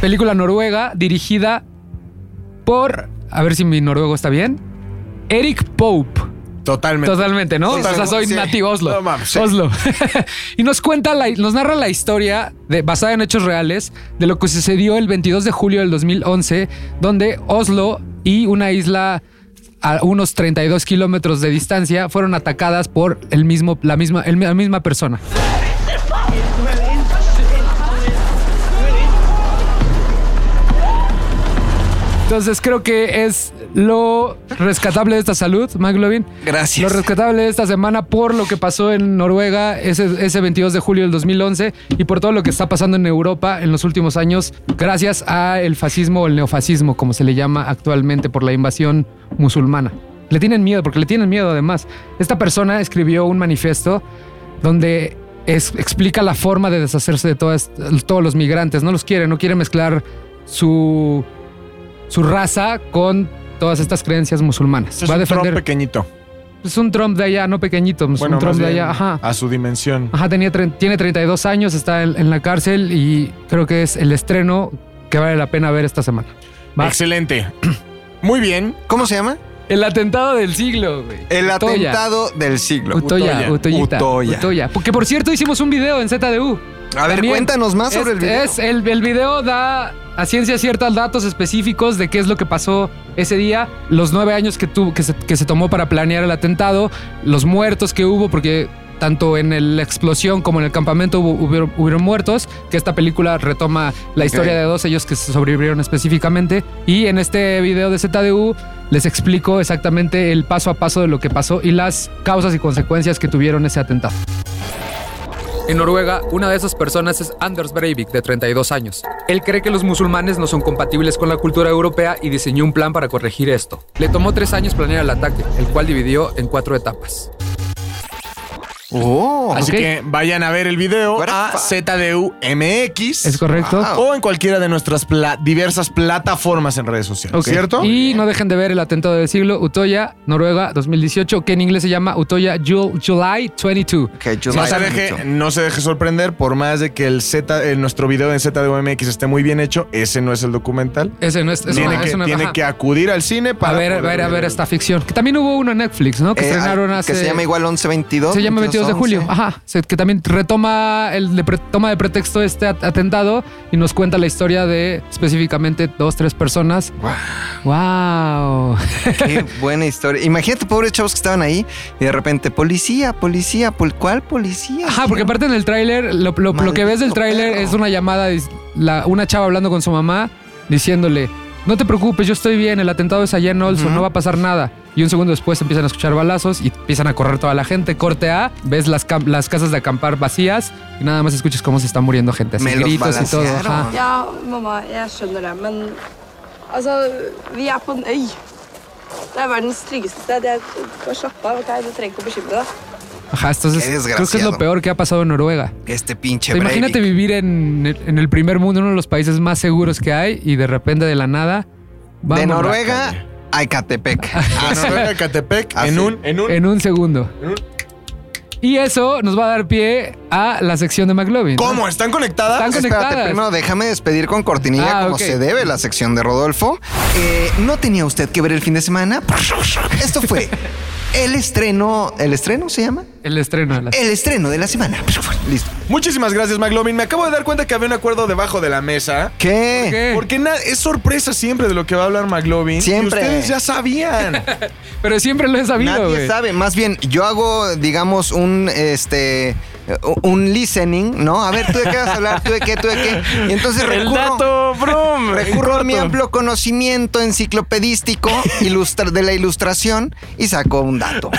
B: Película noruega dirigida por... A ver si mi noruego está bien. Eric Pope.
A: Totalmente.
B: Totalmente, ¿no?
E: Totalmente.
B: O sea, soy
E: Sí.
B: nativo Oslo.
A: No mames, sí.
B: Oslo. [laughs] y nos cuenta, la- nos narra la historia de, basada en hechos reales de lo que sucedió el 22 de julio del 2011, donde Oslo y una isla a unos 32 kilómetros de distancia fueron atacadas por el mismo, la misma, el- la misma persona. Entonces creo que es lo rescatable de esta salud, McLovin.
E: Gracias.
B: Lo rescatable de esta semana por lo que pasó en Noruega ese, ese 22 de julio del 2011 y por todo lo que está pasando en Europa en los últimos años, gracias a el fascismo o el neofascismo, como se le llama actualmente por la invasión musulmana. Le tienen miedo, porque le tienen miedo además. Esta persona escribió un manifiesto donde es- explica la forma de deshacerse de todas- todos los migrantes. No los quiere, no quiere mezclar su, su raza con todas estas creencias musulmanas.
A: Este Es
B: Va a
A: un Trump
B: defender.
A: pequeñito.
B: Es Pues un Trump de allá, no pequeñito, es
A: Bueno,
B: un
A: más
B: Trump de
A: bien
B: allá. Ajá. Ah,
A: a su dimensión.
B: Ajá, tenía, tre- tiene 32 años, está en, en la cárcel y creo que es el estreno que vale la pena ver esta semana. Va.
A: Excelente. [clears throat] Muy bien.
E: ¿Cómo se llama?
B: El atentado del siglo, güey.
E: El
B: Utoya.
E: atentado del siglo.
B: Utoya, Utoyita.
E: Utoya.
B: Utoya. Porque por cierto hicimos un video en ZDU.
E: A ver,
B: También
E: cuéntanos más sobre
B: es-
E: el video.
B: es- el, el video da a ciencia cierta datos específicos de qué es lo que pasó ese día, los nueve años que, tuvo, que, se, que se tomó para planear el atentado, los muertos que hubo, porque tanto en el- la explosión como en el campamento hubo- hubieron, hubieron muertos, que esta película retoma la historia de dos ellos que sobrevivieron específicamente. Y en este video de ZDU les explico exactamente el paso a paso de lo que pasó y las causas y consecuencias que tuvieron ese atentado. En Noruega, una de esas personas es Anders Breivik, de 32 años. Él cree que los musulmanes no son compatibles con la cultura europea y diseñó un plan para corregir esto. Le tomó tres años planear el ataque, el cual dividió en cuatro etapas.
E: Oh,
A: Así
B: Ok.
A: que vayan a ver el video
E: What the
A: a
E: fuck?
A: ZDUMX.
B: ¿Es correcto?
E: Wow.
A: O en cualquiera de nuestras pla- diversas plataformas en redes sociales,
B: Ok.
A: ¿cierto?
B: Y no dejen de ver el atentado del siglo, Utoya, Noruega, 2018, que en inglés se llama Utoya Jul- July 22.
E: que yo eh,
A: No
E: like
A: se,
E: mucho.
A: deje, no se deje sorprender, por más de que el Z, eh, nuestro video en ZDUMX esté muy bien hecho, ese no es el documental.
B: Ese no es, es
A: tiene
B: una-
A: que,
B: es una-
A: tiene
B: ajá.
A: que acudir al cine
B: a
A: para.
B: ver, a
A: poder
B: ver, a ver esta ficción. Que también hubo uno en Netflix, ¿no? Que
E: Eh,
B: estrenaron
E: al-
B: hace...
E: Que se llama igual 1122.
B: Se llama 22 de julio,
E: 11.
B: ajá. Se- Que también retoma el de pre- toma de pretexto este at- atentado y nos cuenta la historia de específicamente dos, tres personas. Wow.
E: [laughs] Qué buena historia. Imagínate, pobres chavos que estaban ahí y de repente, policía, policía, pol- ¿cuál policía?
B: Ajá, porque aparte en el tráiler, lo, lo- lo que ves del
E: Maldito
B: tráiler
E: perro.
B: es una llamada, dis- la- una chava hablando con su mamá, diciéndole, no te preocupes, yo estoy bien, el atentado es allá en Olson, no va a pasar nada. Y un segundo después empiezan a escuchar balazos y empiezan a correr toda la gente. Corte A, ves las, cam- las casas de acampar vacías y nada más escuchas cómo se está muriendo gente. Así,
E: Me los
B: gritos y todo.
E: balacearon.
B: Ajá.
L: Ja, mamma, jeg skjønner det, men altså, vi er på en øy. Det er verdens tryggeste sted. Jeg, bare slapp av, ok? Du trenger ikke å bekymre deg.
B: Ajá,
E: Qué
B: entonces creo que es
E: desgraciado.
B: lo peor que ha pasado en Noruega.
E: Este
B: O
E: pinche
B: sea, imagínate
E: Breivik.
B: vivir en el, en el primer mundo, uno de los países más seguros que hay, y de repente de la nada.
E: De
B: vámonos.
E: Noruega
B: [laughs]
E: a Ecatepec.
A: A Noruega, Catepec,
E: Así.
A: en un. En un
B: En un segundo. Y eso nos va a dar pie a la sección de McLovin. ¿no?
A: ¿Cómo? ¿Están conectadas?
B: Están
E: Espérate,
B: conectadas.
E: primero déjame despedir con cortinilla
B: Ah,
E: como
B: ok.
E: se debe la sección de Rodolfo. Eh, ¿No tenía usted que ver el fin de semana?
B: [laughs]
E: Esto fue el estreno. ¿El estreno se llama?
B: El estreno. de la-
E: El estreno de la semana. Listo.
A: Muchísimas gracias, McLovin. Me acabo de dar cuenta que había un acuerdo debajo de la mesa.
E: ¿Qué?
B: ¿Qué?
A: Porque na- es sorpresa siempre de lo que va a hablar McLovin.
E: Siempre.
A: Y ustedes ya
B: [laughs]
A: sabían.
B: Pero siempre lo he sabido,
E: Nadie
B: güey.
E: sabe. Más bien, yo hago, digamos, un este un listening, ¿no? A ver, ¿tú de qué vas a hablar? ¿Tú de qué? ¿Tú de qué? Y entonces
D: El
E: recurro,
D: dato, [laughs] bro.
E: recurro a mi amplio conocimiento
B: [laughs]
E: enciclopedístico ilustra- de la ilustración y saco un dato.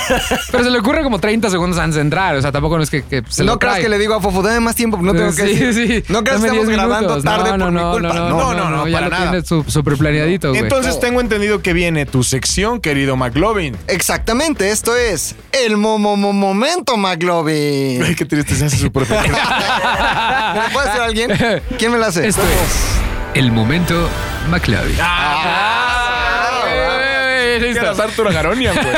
B: Pero se le ocurre como 30 segundos antes de entrar. O sea, tampoco no es que, que se
E: no
B: lo
E: creas
B: trae.
E: que le digo a Fofo, dame más tiempo, no tengo que
B: Sí,
E: decir.
B: sí.
E: No creas que
B: Dame
E: estamos
B: 10
E: grabando
B: minutos.
E: tarde
B: no,
E: por mi culpa.
B: No, no, no, no, no,
A: para
B: ya
A: nada.
B: lo tiene su- súper planeadito, Pues, güey.
A: Entonces tengo entendido que viene tu sección, querido McLovin.
E: Exactamente, esto es el momo momento McLovin.
B: [laughs]
A: Ay, qué triste se hace su propio.
E: ¿Me la puede
B: [laughs]
E: hacer alguien? ¿Quién me la hace?
B: Esto es el momento McLovin.
D: Ah,
B: ah,
D: ah,
A: Quieras Arturo Garonia, [laughs] güey.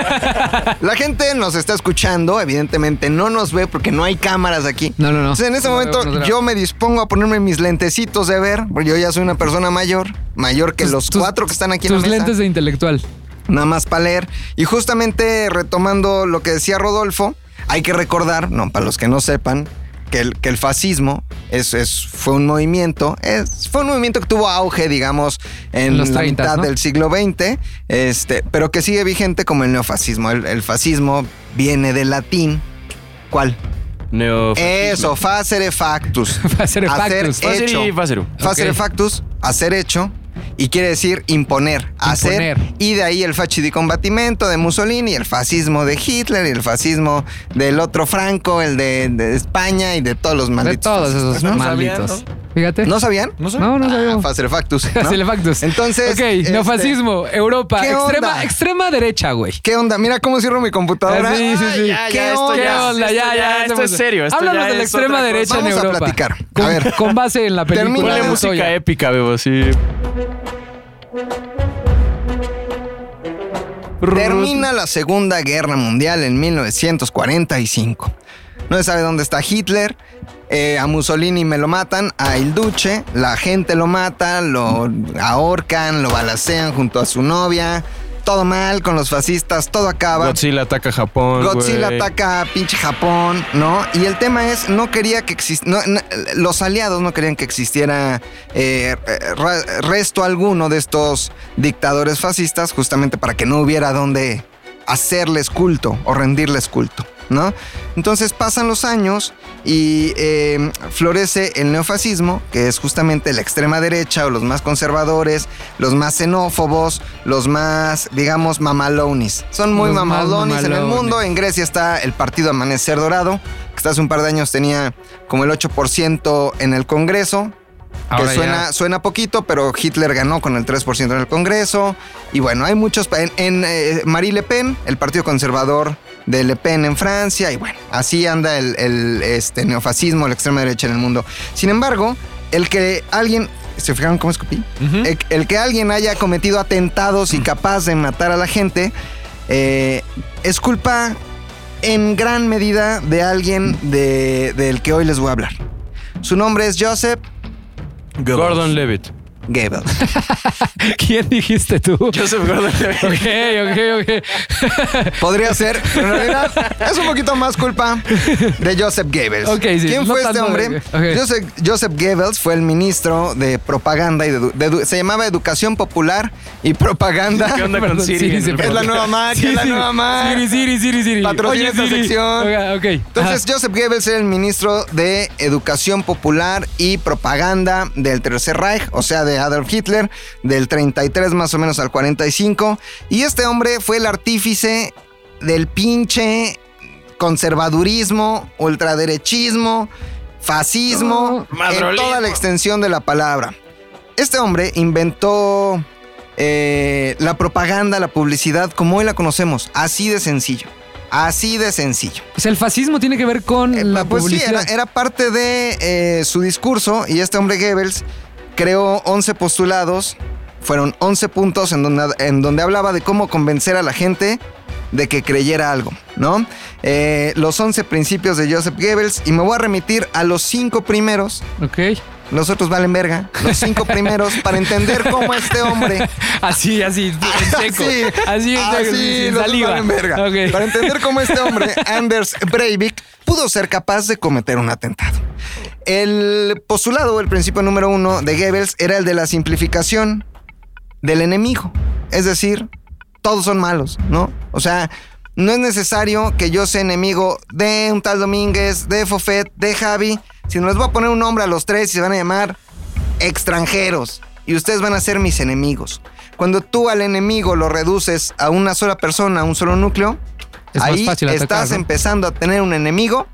E: La gente nos está escuchando, evidentemente no nos ve porque no hay cámaras aquí.
B: No, no, no.
E: Entonces, en este
B: No
E: momento
B: vemos, no
E: yo me dispongo a ponerme mis lentecitos de ver, porque yo ya soy una persona mayor, mayor que
B: Tus-
E: los
B: tus-
E: cuatro que están aquí en la
B: Tus
E: mesa.
B: lentes de intelectual.
E: nada más para leer. Y justamente retomando lo que decía Rodolfo, hay que recordar, no, para los que no sepan, que el, que el fascismo es, es- fue un movimiento, es- fue un movimiento que tuvo auge, digamos, en
B: En los
E: la
B: 30s,
E: mitad
B: ¿no?
E: del siglo XX, este, pero que sigue vigente como el neofascismo. El, el fascismo viene del latín. ¿Cuál?
D: [laughs]
E: Eh,
D: Neo.
E: Eso, facere factus.
B: [laughs] Facere
E: Hacer
B: factus.
E: hecho.
D: Facere facere.
E: Facere
B: Ok.
E: factus, hacer hecho. y quiere decir imponer, hacer. Y de ahí el fachi combatimento de Mussolini, el fascismo de Hitler y el fascismo del otro Franco, el de, de España y de todos los malditos.
B: todos esos
E: fascistas, ¿no?
B: malditos.
E: ¿No sabían, no?
B: Fíjate.
E: ¿No sabían?
B: No sabía. No, no sabía. [laughs]
E: Ah, Facerfactus. ¿no?
B: Facerfactus.
E: Entonces. este,
B: Ok, neofascismo, Europa,
E: ¿Qué
B: extrema,
E: onda?
B: extrema derecha, güey.
E: ¿Qué onda? Mira cómo cierro mi computadora.
B: Ah, sí, sí, sí.
E: ¿Qué onda?
B: ¿Qué onda? Ya, ya,
D: esto es serio, esto
B: Háblanos
D: ya
B: de la
D: es
B: extrema
D: otra
B: derecha
E: Vamos
B: en
E: a
B: Europa.
E: platicar.
B: Con,
E: A ver.
B: con base en la película.
E: Termina
D: Ponle
B: de
E: la
D: música eh.
B: Zoya.
D: épica, Bebo, sí.
E: Termina la Segunda Guerra Mundial en 1945. No se sabe dónde está Hitler. eh, a Mussolini me lo matan, a Il Duce, la gente lo mata, lo ahorcan, lo balacean junto a su novia. Todo mal con los fascistas, todo acaba.
D: Godzilla ataca Japón.
E: Godzilla
D: güey.
E: ataca a pinche Japón, ¿no? Y el tema es, no quería que existiera, los aliados no querían que existiera eh, ra- resto alguno de estos dictadores fascistas, justamente para que no hubiera donde hacerles culto o rendirles culto, ¿no? Entonces pasan los años y eh, florece el neofascismo, que es justamente la extrema derecha o los más conservadores, los más xenófobos, los más, digamos, mamalonis. Son muy
B: Los más
E: mamalonis en el
B: mamalones.
E: mundo. En Grecia está el partido Amanecer Dorado, que hasta hace un par de años tenía como el 8% en el Congreso,
B: Ahora
E: que
B: ya.
E: suena, suena poquito, pero Hitler ganó con el 3% en el Congreso. Y bueno, hay muchos. pa- En, en, eh, Marie Le Pen, el partido conservador de Le Pen en Francia. Y bueno, así anda el, el, este, neofascismo, la extrema derecha en el mundo. Sin embargo, el que alguien. ¿Se fijaron cómo escupí? el, el que alguien haya cometido atentados
B: Mm.
E: y capaz de matar a la gente eh, es culpa en gran medida de alguien de- del que hoy les voy a hablar. Su nombre es Joseph
D: Gordon Levitt.
E: Goebbels.
B: [laughs] ¿Quién dijiste tú?
D: Joseph Gordon Levitt.
B: Ok, [laughs] ok,
E: Podría ser, pero en realidad es un poquito más culpa de Joseph Goebbels.
B: Ok, sí,
E: ¿Quién
B: no
E: fue este
B: tanto
E: hombre?
B: de- ok.
E: Joseph, Joseph Goebbels fue el ministro de propaganda y de edu- de edu- se llamaba Educación Popular y Propaganda.
D: ¿Qué onda
B: [laughs]
D: con
B: Perdón, Siri,
D: Siri?
B: se
E: Es la nueva Mac, es la nueva
B: ok.
E: Mac.
B: Siri, Siri, Siri, Siri.
E: Patrocina
B: Oye,
E: esta
B: Siri.
E: sección.
B: Oiga, Ok,
E: Entonces, Joseph Goebbels era el ministro de Educación Popular y Propaganda del Tercer Reich, o sea, de Adolf Hitler, del 33 más o menos al 45. Y este hombre fue el artífice del pinche conservadurismo, ultraderechismo, fascismo, en toda la extensión de la palabra. Este hombre inventó eh, la propaganda, la publicidad, como hoy la conocemos, así de sencillo. Así de sencillo.
B: Pues el fascismo tiene que ver con
E: Eh,
B: la
E: pues sí, era,
B: publicidad.
E: era parte de eh, su discurso y este hombre Goebbels creó 11 postulados, fueron 11 puntos en donde, en donde hablaba de cómo convencer a la gente de que creyera algo, ¿no? Eh, los 11 principios de Joseph Goebbels y me voy a remitir a los 5 primeros,
B: Ok. [laughs]
E: los otros valen verga, los 5 primeros para entender cómo este hombre
B: Así, así,
E: Ah,
B: en seco.
E: [laughs]
B: Así,
E: Así,
B: en seco, sin- sin
E: Ah, los
B: saliva.
E: valen verga.
B: Ok.
E: Para entender cómo
B: [laughs]
E: este hombre, Anders Breivik, pudo ser capaz de cometer un atentado. El postulado, el principio número uno de Goebbels, era el de la simplificación del enemigo. Es decir, todos son malos, ¿no? O sea, no es necesario que yo sea enemigo de un tal Domínguez, de Fofet, de Javi, sino les voy a poner un nombre a los tres y se van a llamar extranjeros y ustedes van a ser mis enemigos. Cuando tú al enemigo lo reduces a una sola persona, a un solo núcleo,
B: Es más
E: ahí
B: fácil atacar,
E: estás
B: ¿no?
E: empezando a tener un enemigo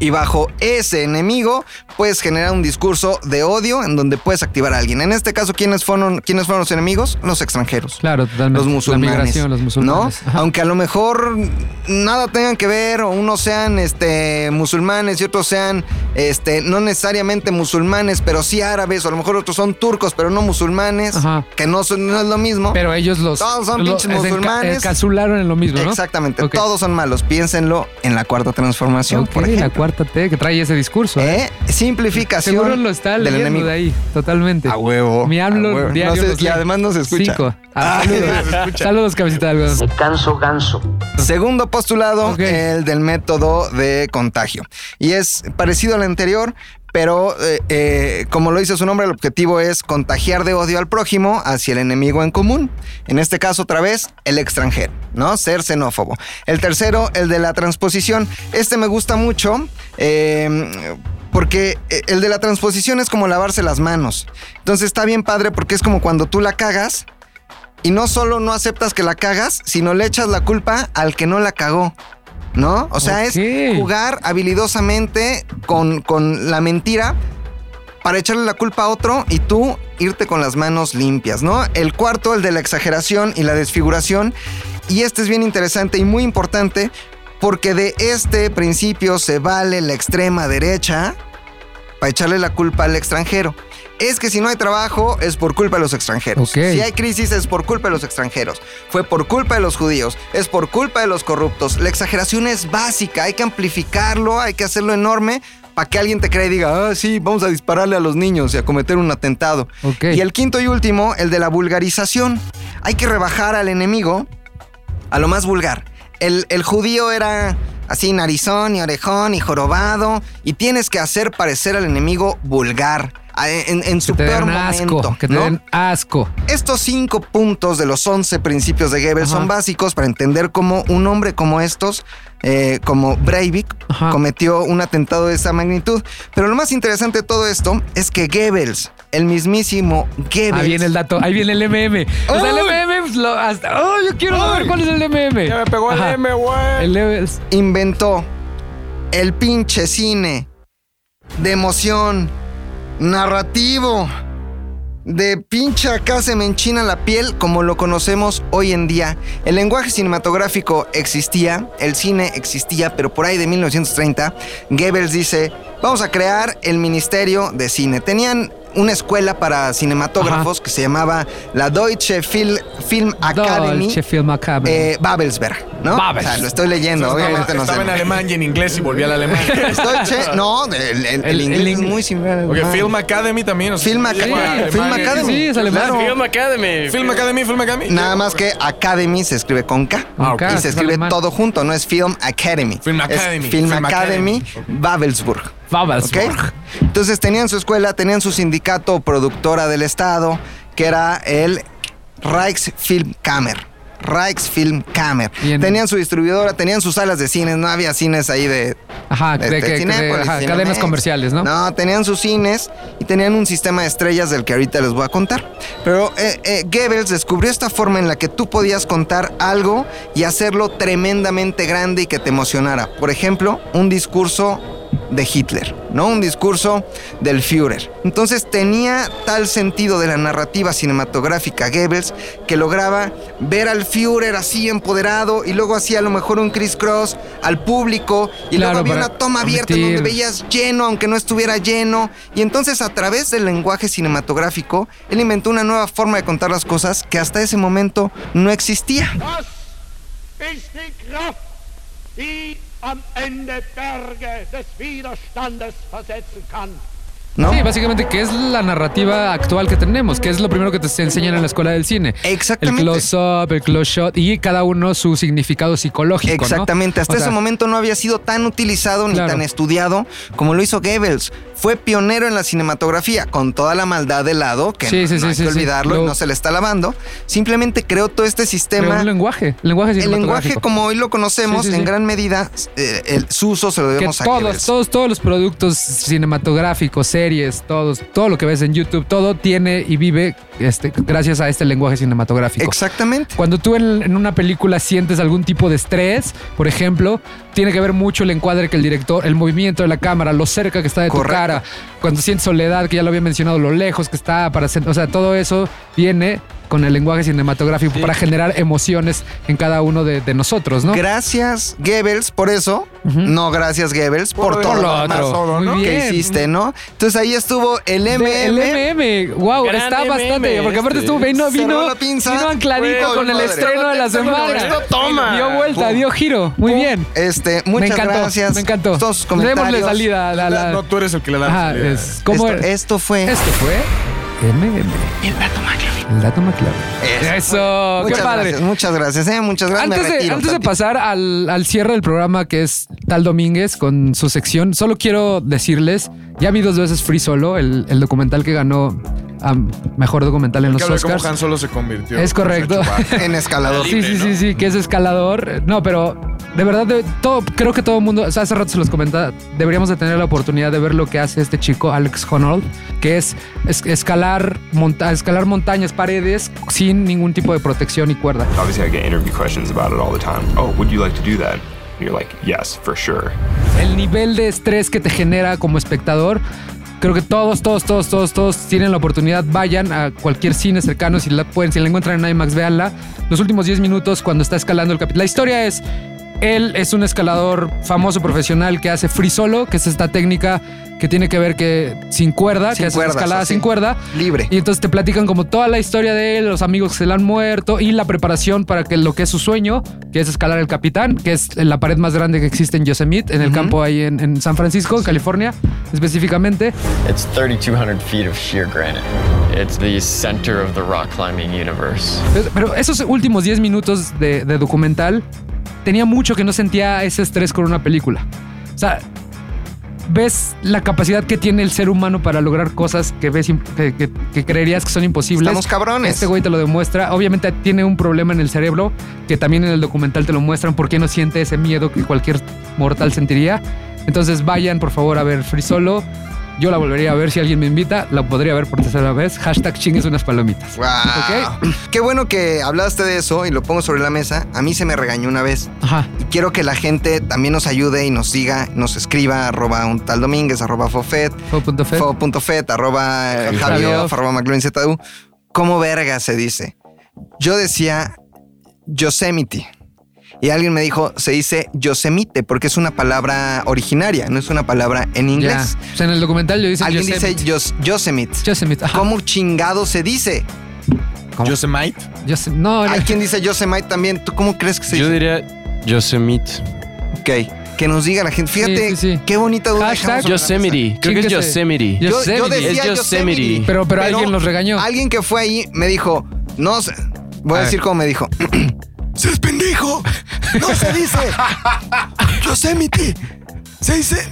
E: y bajo ese enemigo puedes generar un discurso de odio en donde puedes activar a alguien. En este caso, ¿quiénes fueron, quiénes fueron los enemigos? Los extranjeros.
B: Claro, totalmente.
E: Los musulmanes.
B: La migración, los musulmanes.
E: ¿no? Aunque a lo mejor nada tengan que ver, o unos sean este, musulmanes y otros sean este, no necesariamente musulmanes, pero sí árabes, o a lo mejor otros son turcos, pero no musulmanes,
B: Ajá.
E: que no, son- no es lo mismo.
B: Pero ellos los.
E: Todos son
B: los-
E: pinches
B: es enca-
E: musulmanes.
B: encapsularon en lo mismo, ¿no?
E: Exactamente,
B: Ok.
E: todos son malos. Piénsenlo en la cuarta transformación,
B: Ok,
E: por
B: la
E: ejemplo.
B: cuarta T que trae ese discurso. ¿eh?
E: ¿Eh? Simplificación
B: Seguro lo está
E: del
B: leyendo
E: enemigo. Ah,
B: de ahí, totalmente.
E: A huevo.
B: Mi AMLO
E: Oh, a huevo. No
B: diario
E: se-
B: los
E: y
B: lee.
E: además nos escucha.
B: Cinco. Ah,
E: [laughs]
B: saludos. saludos, cabecita de algodón.
E: Segundo postulado,
B: Ok.
E: el del método de contagio. Y es parecido al anterior, Pero, eh, eh, como lo dice su nombre, el objetivo es contagiar de odio al prójimo hacia el enemigo en común. En este caso, otra vez, el extranjero, ¿no? Ser xenófobo. El tercero, el de la transposición. Este me gusta mucho. eh, porque eh, el de la transposición es como lavarse las manos. Entonces está bien padre porque es como cuando tú la cagas y no solo no aceptas que la cagas, sino le echas la culpa al que no la cagó. ¿No? O sea, es jugar habilidosamente con, con la mentira para echarle la culpa a otro y tú irte con las manos limpias, ¿no? El cuarto, el de la exageración y la desfiguración. Y este es bien interesante y muy importante porque de este principio se vale la extrema derecha para echarle la culpa al extranjero. Es que si no hay trabajo es por culpa de los extranjeros.
B: Ok.
E: Si hay crisis es por culpa de los extranjeros. Fue por culpa de los judíos. Es por culpa de los corruptos. La exageración es básica. Hay que amplificarlo. Hay que hacerlo enorme para que alguien te crea y diga, ah, sí, vamos a dispararle a los niños y a cometer un atentado. Y el quinto y último, el de la vulgarización. Hay que rebajar al enemigo a lo más vulgar. El, el judío era así narizón y orejón y jorobado y tienes que hacer parecer al enemigo vulgar a- en, en su
B: Que te
E: peor
B: den asco,
E: momento.
B: que te
E: ¿no?
B: den asco.
E: Estos cinco puntos de los 11 principios de Goebbels
B: Ajá.
E: son básicos para entender cómo un hombre como estos, eh, como Breivik, cometió un atentado de esa magnitud. Pero lo más interesante de todo esto es que Goebbels, el mismísimo Goebbels...
B: Ahí viene el dato, ahí viene el MM. O sea, el MM, pues, lo- hasta, oh, yo quiero saber cuál es el MM. Ya me pegó el M, güey. El Goebbels.
E: inventó el pinche cine de emoción, narrativo, de pinche acá se me enchina la piel como lo conocemos hoy en día. El lenguaje cinematográfico existía, el cine existía, pero por ahí de 1930, Goebbels dice, vamos a crear el Ministerio de Cine. Tenían una escuela para cinematógrafos que se llamaba la Deutsche Fil- Film Academy.
B: Dolce Film Academy.
E: eh, Babelsberg, ¿no?
B: Babels.
E: O sea, lo estoy leyendo,
A: Estaba-
E: obviamente no sé.
A: estaba en alemán y en inglés y volví al
E: [laughs]
A: alemán.
E: Deutsche, no, el, el- el
A: El-
E: inglés
A: el
E: es
A: ing-
E: muy similar. al
A: Ok,
E: alemán.
A: Film Academy también. o sea,
E: Film
A: se
E: Academy.
A: llama
E: Sí,
A: alemán.
E: Film Academy. Sí, es alemán.
A: Claro.
D: Film Academy.
A: Film Academy, Film Academy.
E: Nada más que Academy se escribe con K.
B: Con K,
E: y
B: Ah, es
E: se escribe
B: alemán.
E: todo junto, no es Film Academy.
A: Film
E: Es
A: Academy,
E: Film,
A: Film
E: Academy, Babelsburg.
B: Babelsburg.
E: ¿ok? Entonces tenían su escuela, tenían su sindicato productora del Estado, que era el Reichsfilmkammer. Reichsfilmkammer.
B: Bien.
E: Tenían su distribuidora, tenían sus salas de cines, no había cines ahí de
B: Ajá, de,
E: este,
B: que- que- de-
E: Cinépolis,
B: ajá,
E: Cinemex.
B: cadenas comerciales, ¿no?
E: No, tenían sus cines y tenían un sistema de estrellas del que ahorita les voy a contar. Pero eh, eh, Goebbels descubrió esta forma en la que tú podías contar algo y hacerlo tremendamente grande y que te emocionara. Por ejemplo, un discurso de Hitler, ¿no? Un discurso del Führer. Entonces tenía tal sentido de la narrativa cinematográfica Goebbels que lograba ver al Führer así empoderado y luego hacía a lo mejor un criss-cross al público y
B: Claro,
E: luego había
B: para
E: una toma abierta en
B: omitir.
E: donde veías lleno, aunque no estuviera lleno. Y entonces, a través del lenguaje cinematográfico, él inventó una nueva forma de contar las cosas que hasta ese momento no existía.
M: ist die Kraft, die am Ende Berge des Widerstandes versetzen kann.
B: Sí, básicamente que es la narrativa actual que tenemos, que es lo primero que te enseñan en la escuela del cine.
E: Exactamente.
B: El close-up, el close shot y cada uno su significado psicológico. ¿no?
E: Exactamente, hasta
B: O sea,
E: ese momento no había sido tan utilizado ni tan estudiado como lo hizo Goebbels. Fue pionero en la cinematografía, con toda la maldad de lado, que
B: Sí,
E: no,
B: sí,
E: no
B: sí,
E: hay
B: sí,
E: que
B: sí.
E: olvidarlo, y
B: Lo-
E: no se le está lavando. Simplemente creó todo este
B: pero
E: sistema.
B: un lenguaje, el lenguaje
E: El lenguaje
B: cinematográfico.
E: como hoy lo conocemos,
B: Sí, sí, sí.
E: en gran medida, eh, el, su uso se lo
B: que
E: debemos a
B: todos,
E: Goebbels.
B: todos, todos los productos cinematográficos, series, todos, todo lo que ves en YouTube, todo tiene y vive este, gracias a este lenguaje cinematográfico.
E: Exactamente.
B: Cuando tú en, en una película sientes algún tipo de estrés, por ejemplo, tiene que ver mucho el encuadre que el director, el movimiento de la cámara, lo cerca que está de tu cara, cuando sientes soledad, que ya lo había mencionado, lo lejos que está para sen- o sea, todo eso viene con el lenguaje cinematográfico para generar emociones en cada uno de, de nosotros, ¿no?
E: Gracias, Goebbels, por eso. No, gracias, Goebbels, por,
B: Por
E: todo
B: lo
E: lo
B: otro.
E: demás todo,
B: Muy
E: ¿no? que
B: bien.
E: hiciste, ¿no? Entonces ahí estuvo el MM.
B: De- el MM, wow,
E: Gran
B: está
E: MM
B: bastante, porque aparte
E: este.
B: estuvo vino,
E: Cerró
B: vino,
E: la pinza.
B: vino ancladito
E: Güey,
B: con el
E: madre.
B: estreno de la
E: Esto
B: semana.
E: esto toma.
B: Dio vuelta,
E: Pum.
B: dio giro, muy bien.
E: Este, muchas
B: me encantó,
E: gracias.
B: Me encantó.
E: Todos sus
B: Démosle
E: comentarios.
B: salida a la,
A: No, tú eres el que le da.
B: Ajá,
A: la salida.
B: es- ¿cómo
E: esto,
B: era?
E: esto fue.
B: Esto fue. MM.
E: El dato McLovin.
B: El dato McLaren. Eso, Oh, qué
E: Muchas
B: padre.
E: gracias, muchas gracias, eh, muchas gracias. Me
B: Antes, de,
E: retiro,
B: antes de
E: Tati.
B: pasar al, al cierre del programa, que es Tal Domínguez con su sección, solo quiero decirles: ya vi dos veces Free Solo, el, el documental que ganó a mejor documental en
A: Que
B: los
A: habla de cómo
B: Oscars.
A: Han Solo se convirtió. Pues,
B: Es correcto.
E: [laughs] En escalador.
B: Sí, sí, sí, sí, que es escalador. No, pero de verdad, de- todo, creo que todo el mundo, o sea, hace rato se los comentaba, deberíamos de tener la oportunidad de ver lo que hace este chico, Alex Honnold, que es, es- escalar, monta- escalar montañas, paredes, sin ningún tipo de protección y cuerda.
N: Obviously, I get interview questions about it all the time. Oh, would you like to do that? And you're like, yes, for sure.
B: El nivel de estrés que te genera como espectador. Creo que todos, todos, todos, todos, todos tienen la oportunidad. Vayan a cualquier cine cercano. Si la pueden, si la encuentran en IMAX, véanla. Los últimos 10 minutos cuando está escalando el capitán. La historia es. Él es un escalador famoso profesional que hace free solo, que es esta técnica que tiene que ver que sin cuerda,
E: Sin
B: que hace
E: cuerdas,
B: escalada
E: así.
B: sin cuerda.
E: Libre.
B: Y entonces te platican como toda la historia de él, los amigos que se le han muerto y la preparación para que lo que es su sueño, que es escalar el Capitán, que es la pared más grande que existe en Yosemite, en el campo ahí en, en San Francisco, en California, específicamente.
O: It's 3,200 feet of sheer granite. It's the center of the rock climbing universe.
B: Pero- Pero esos últimos 10 minutos de, de documental, tenía mucho que no sentía ese estrés con una película. O sea, ves la capacidad que tiene el ser humano para lograr cosas que ves imp- que, que- que creerías que son imposibles.
E: Estamos cabrones.
B: Este güey te lo demuestra. Obviamente tiene un problema en el cerebro que también en el documental te lo muestran porque no siente ese miedo que cualquier mortal sentiría. Entonces vayan por favor a ver Free Solo. Yo la volvería a ver si alguien me invita. La podría ver por tercera vez. Hashtag chingues unas palomitas.
E: Wow. Qué bueno que hablaste de eso y lo pongo sobre la mesa. A mí se me regañó una vez.
B: Ajá.
E: Y quiero que la gente también nos ayude y nos diga, nos escriba, arroba un tal Domínguez, arroba Fofet,
B: Fo.fet.
E: Fo.fet, arroba eh,
B: Javi
E: Javio,
B: Javioff.
E: arroba McLuhan ZU. ¿Cómo verga se dice? Yo decía Yosemite. Y alguien me dijo, se dice Yosemite, porque es una palabra originaria, no es una palabra en
B: Ya.
E: inglés.
B: O sea, en el documental yo dice
E: Alguien
B: Yosemite.
E: dice Yos- Yosemite.
B: Yosemite. ajá.
E: ¿Cómo chingado se dice?
A: Yosemite.
B: Yosem- no, no.
E: Hay quien dice Yosemite también. ¿Tú cómo crees que se
D: Yo
E: dice?
D: diría Yosemite.
E: Ok. Que nos diga la gente. Fíjate
B: Sí, sí, sí.
E: qué bonita duda. dejamos
B: Hashtag
E: sobre la
D: Yosemite.
E: mesa.
D: Creo que es
B: Chínguese.
D: Yosemite.
E: Yo- yo
B: Yosemite.
E: decía
D: Es Yosemite.
E: Yosemite.
B: Pero- pero alguien los regañó.
E: Alguien que fue ahí me dijo, no sé. Voy a,
B: A
E: decir
B: ver.
E: cómo me dijo. [clears throat] ¡Seas pendejo! ¡No se dice!
B: [laughs]
E: ¡Yosemite! Se dice.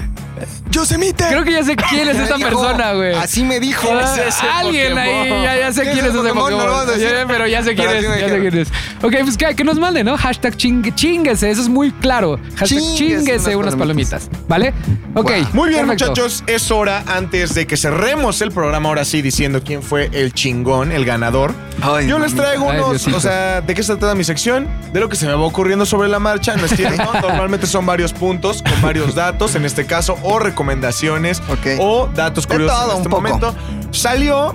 E: ¡Yosemite!
B: Creo que ya sé quién es
E: Me
B: esta
E: dijo,
B: persona, güey.
E: Así me dijo.
B: Ah, Alguien ahí, ya, ya sé quién es ese Pokémon.
E: No lo vas a decir.
B: Ya, pero ya sé quién es,
E: Pero así me
B: ya sé
E: dijeron.
B: quién es. Ok, pues que, que nos manden, ¿no? Hashtag ching, chinguese, eso es muy claro. Hashtag
E: Chinguese
B: chinguese
E: unas
B: unas palomitas, ¿vale? Ok.
E: Guau.
A: Muy bien,
B: perfecto.
A: muchachos, es hora antes de que cerremos el programa ahora sí diciendo quién fue el chingón, el ganador.
E: Ay,
A: Yo les
E: mamita.
A: traigo
B: Ay,
A: unos,
B: Diosito.
A: o sea, ¿de qué se trata mi sección? De lo que se me va ocurriendo sobre la marcha,
B: [laughs]
A: no es cierto, ¿no? Normalmente son varios puntos con varios datos, en este caso, o recomendaciones,
E: Ok.
A: o datos
E: De
A: curiosos
E: todo
A: en este
E: un poco.
A: momento. Salió...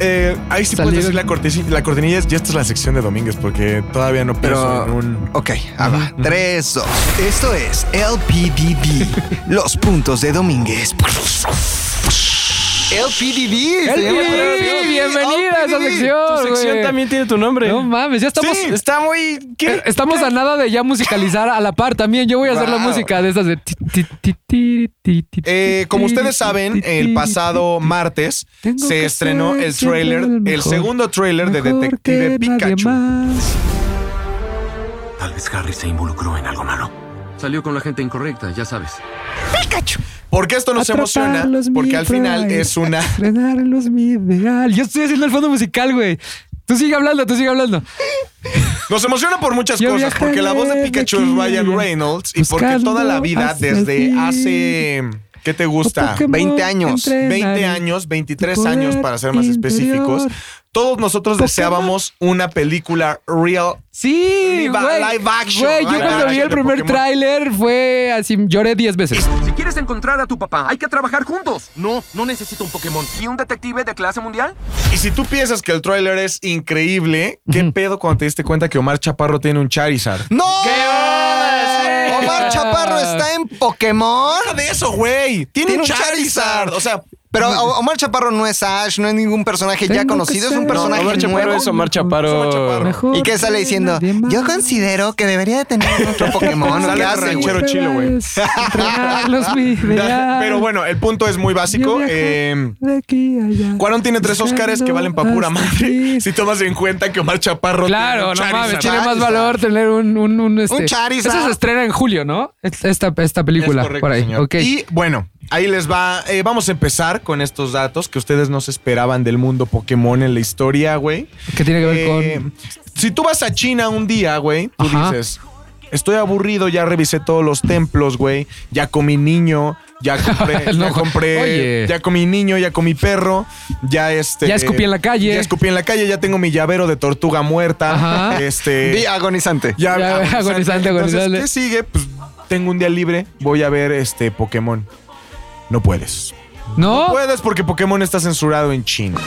A: eh, ahí sí
B: Salió-
A: puedes decir la, cortesi- la cortinilla, ya esta es la sección de Domínguez porque todavía no pienso
E: Pero-
A: en un...
E: Ok, ah, va. Tres, dos. Esto es
B: [laughs]
E: LPDD. los puntos de Domínguez. LPDD. se llama la
B: LPDD,
E: sección.
B: bienvenida a esa
E: LPDD.
B: sección.
D: Tu sección
B: güey.
D: también tiene tu nombre.
B: No mames, ya estamos.
A: Sí, Eh,
B: est-
A: está muy... ¿qué?
B: Eh, Estamos a nada de ya musicalizar a la par también. Yo voy a hacer la
E: Wow.
B: música de estas de. ti, ti, ti, ti, ti, ti,
A: Eh, como ustedes
B: ti,
A: saben,
B: ti,
A: el
B: ti,
A: pasado martes
B: Tengo que
A: se estrenó
B: ser
A: el
B: siempre
A: trailer,
B: el
A: el
B: mejor,
A: segundo trailer de
B: mejor
A: Detective
B: que nadie
A: Pikachu.
B: más.
J: Tal vez Harry se involucró en algo malo. Salió con la gente incorrecta, ya sabes.
A: Porque esto nos emociona,
B: Atraparlos, mi
A: porque al final
B: pride.
A: es
B: [laughs]
A: una...
B: Estrenarlos mi ideal. Yo estoy haciendo el fondo musical, güey. Tú sigue hablando, tú sigue hablando.
A: Nos emociona por muchas
B: Yo
A: cosas, porque la voz de
B: viajaré de
A: Pikachu es
B: aquí
A: Ryan Reynolds y porque
B: buscando
A: toda la vida
B: hacia
A: desde
B: ti.
A: hace... ¿Qué te gusta?
B: Pokémon
E: 20 años,
B: entrenar
A: 20
B: el
A: años, 23
B: poder
A: años para ser más específicos.
B: interior.
A: Todos nosotros deseábamos una película real
B: Sí,
A: Live-
B: güey.
A: live action,
B: Güey,
A: live
B: yo cuando vi
A: action de
B: el primer
A: Pokémon.
B: tráiler fue así, lloré 10 veces.
P: Si quieres encontrar a tu papá, hay que trabajar juntos. No, no necesito un Pokémon. ¿Y un detective de clase mundial?
A: Y si tú piensas que el tráiler es increíble, ¿qué pedo cuando te diste cuenta que Omar Chaparro tiene un Charizard?
E: ¡No!
B: sí!
E: Omar Chaparro está en Pokémon.
A: Nada de eso, güey. Tiene,
E: Tiene
A: un
E: un
A: Charizard.
E: Charizard.
A: O sea,
E: Pero O- Omar Chaparro no es Ash, no es ningún personaje ya
D: Tengo que
E: conocido, es un
D: ser-
E: personaje
D: No, Omar Chaparro
E: nuevo.
D: es Omar Chaparro.
E: ¿Y qué sale diciendo? Yo considero que debería de tener otro Pokémon.
A: Sale
E: ¿Qué hace, güey?
A: ranchero chilo,
B: [laughs]
A: güey. [laughs]
B: Ah,
A: Pero bueno, el punto es muy básico. Eh,
B: De aquí a allá.
A: Cuarón tiene tres Óscares que valen pa' pura [laughs] madre. Si tomas en cuenta que Omar Chaparro
B: Claro, no
A: tiene un
B: mames,
A: Charizard.
B: tiene más valor tener un, un, un, este.
A: Un Charizard.
B: Esa se estrena en julio, ¿no? Es- Esta, esta película.
A: Es correcto,
B: por ahí.
A: señor.
B: Ok.
A: Y bueno, ahí les va. Eh, vamos a empezar con estos datos que ustedes no se esperaban del mundo Pokémon en la historia, güey.
B: Que tiene que ver con.
A: Eh, Si tú vas a China un día, güey, tú
B: Ajá.
A: dices, estoy aburrido, ya revisé todos los templos, güey, ya comí niño, ya compré,
B: [laughs] No,
A: ya compré,
B: oye.
A: ya comí niño, ya comí perro, ya este...
B: Ya escupí en la calle.
A: Ya escupí en la calle, ya tengo mi llavero de tortuga muerta,
B: Ajá. ah,
A: este...
E: Di agonizante.
A: Ya,
B: Ya, agonizante,
A: Entonces,
B: agonizante.
A: ¿qué sigue? Pues tengo un día libre, voy a ver este Pokémon. No puedes.
B: ¿No?
A: No puedes porque Pokémon está censurado en China.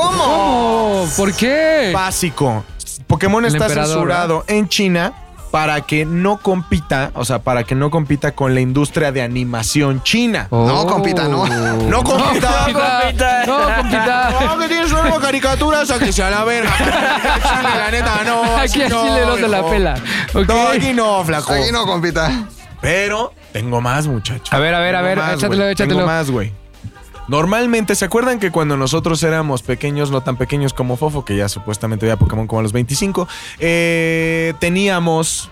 B: ¿Cómo? ¿Por qué?
A: [laughs] Básico. Pokémon
B: El
A: está
B: emperador,
A: censurado en China para que no compita, o sea, para que no compita con la industria de animación china.
E: No,
A: [laughs]
B: [laughs]
E: compita, no.
A: No compita.
B: Oh. No, compita. No, compita.
A: [laughs] No, que tienes nuevo caricaturas a que sea la
B: [laughs]
A: verga. Chile, la neta, no.
B: Aquí a Chile no se la
A: hijo.
B: pela. Ok.
A: No, aquí no, flaco.
E: Aquí no, compita.
A: Pero tengo más, muchachos.
B: A ver, a ver, a ver, échatelo, échatelo.
A: Tengo más, güey. Normalmente, ¿se acuerdan que cuando nosotros éramos pequeños, no tan pequeños como Fofo, que ya supuestamente veía Pokémon como a los 25, eh, teníamos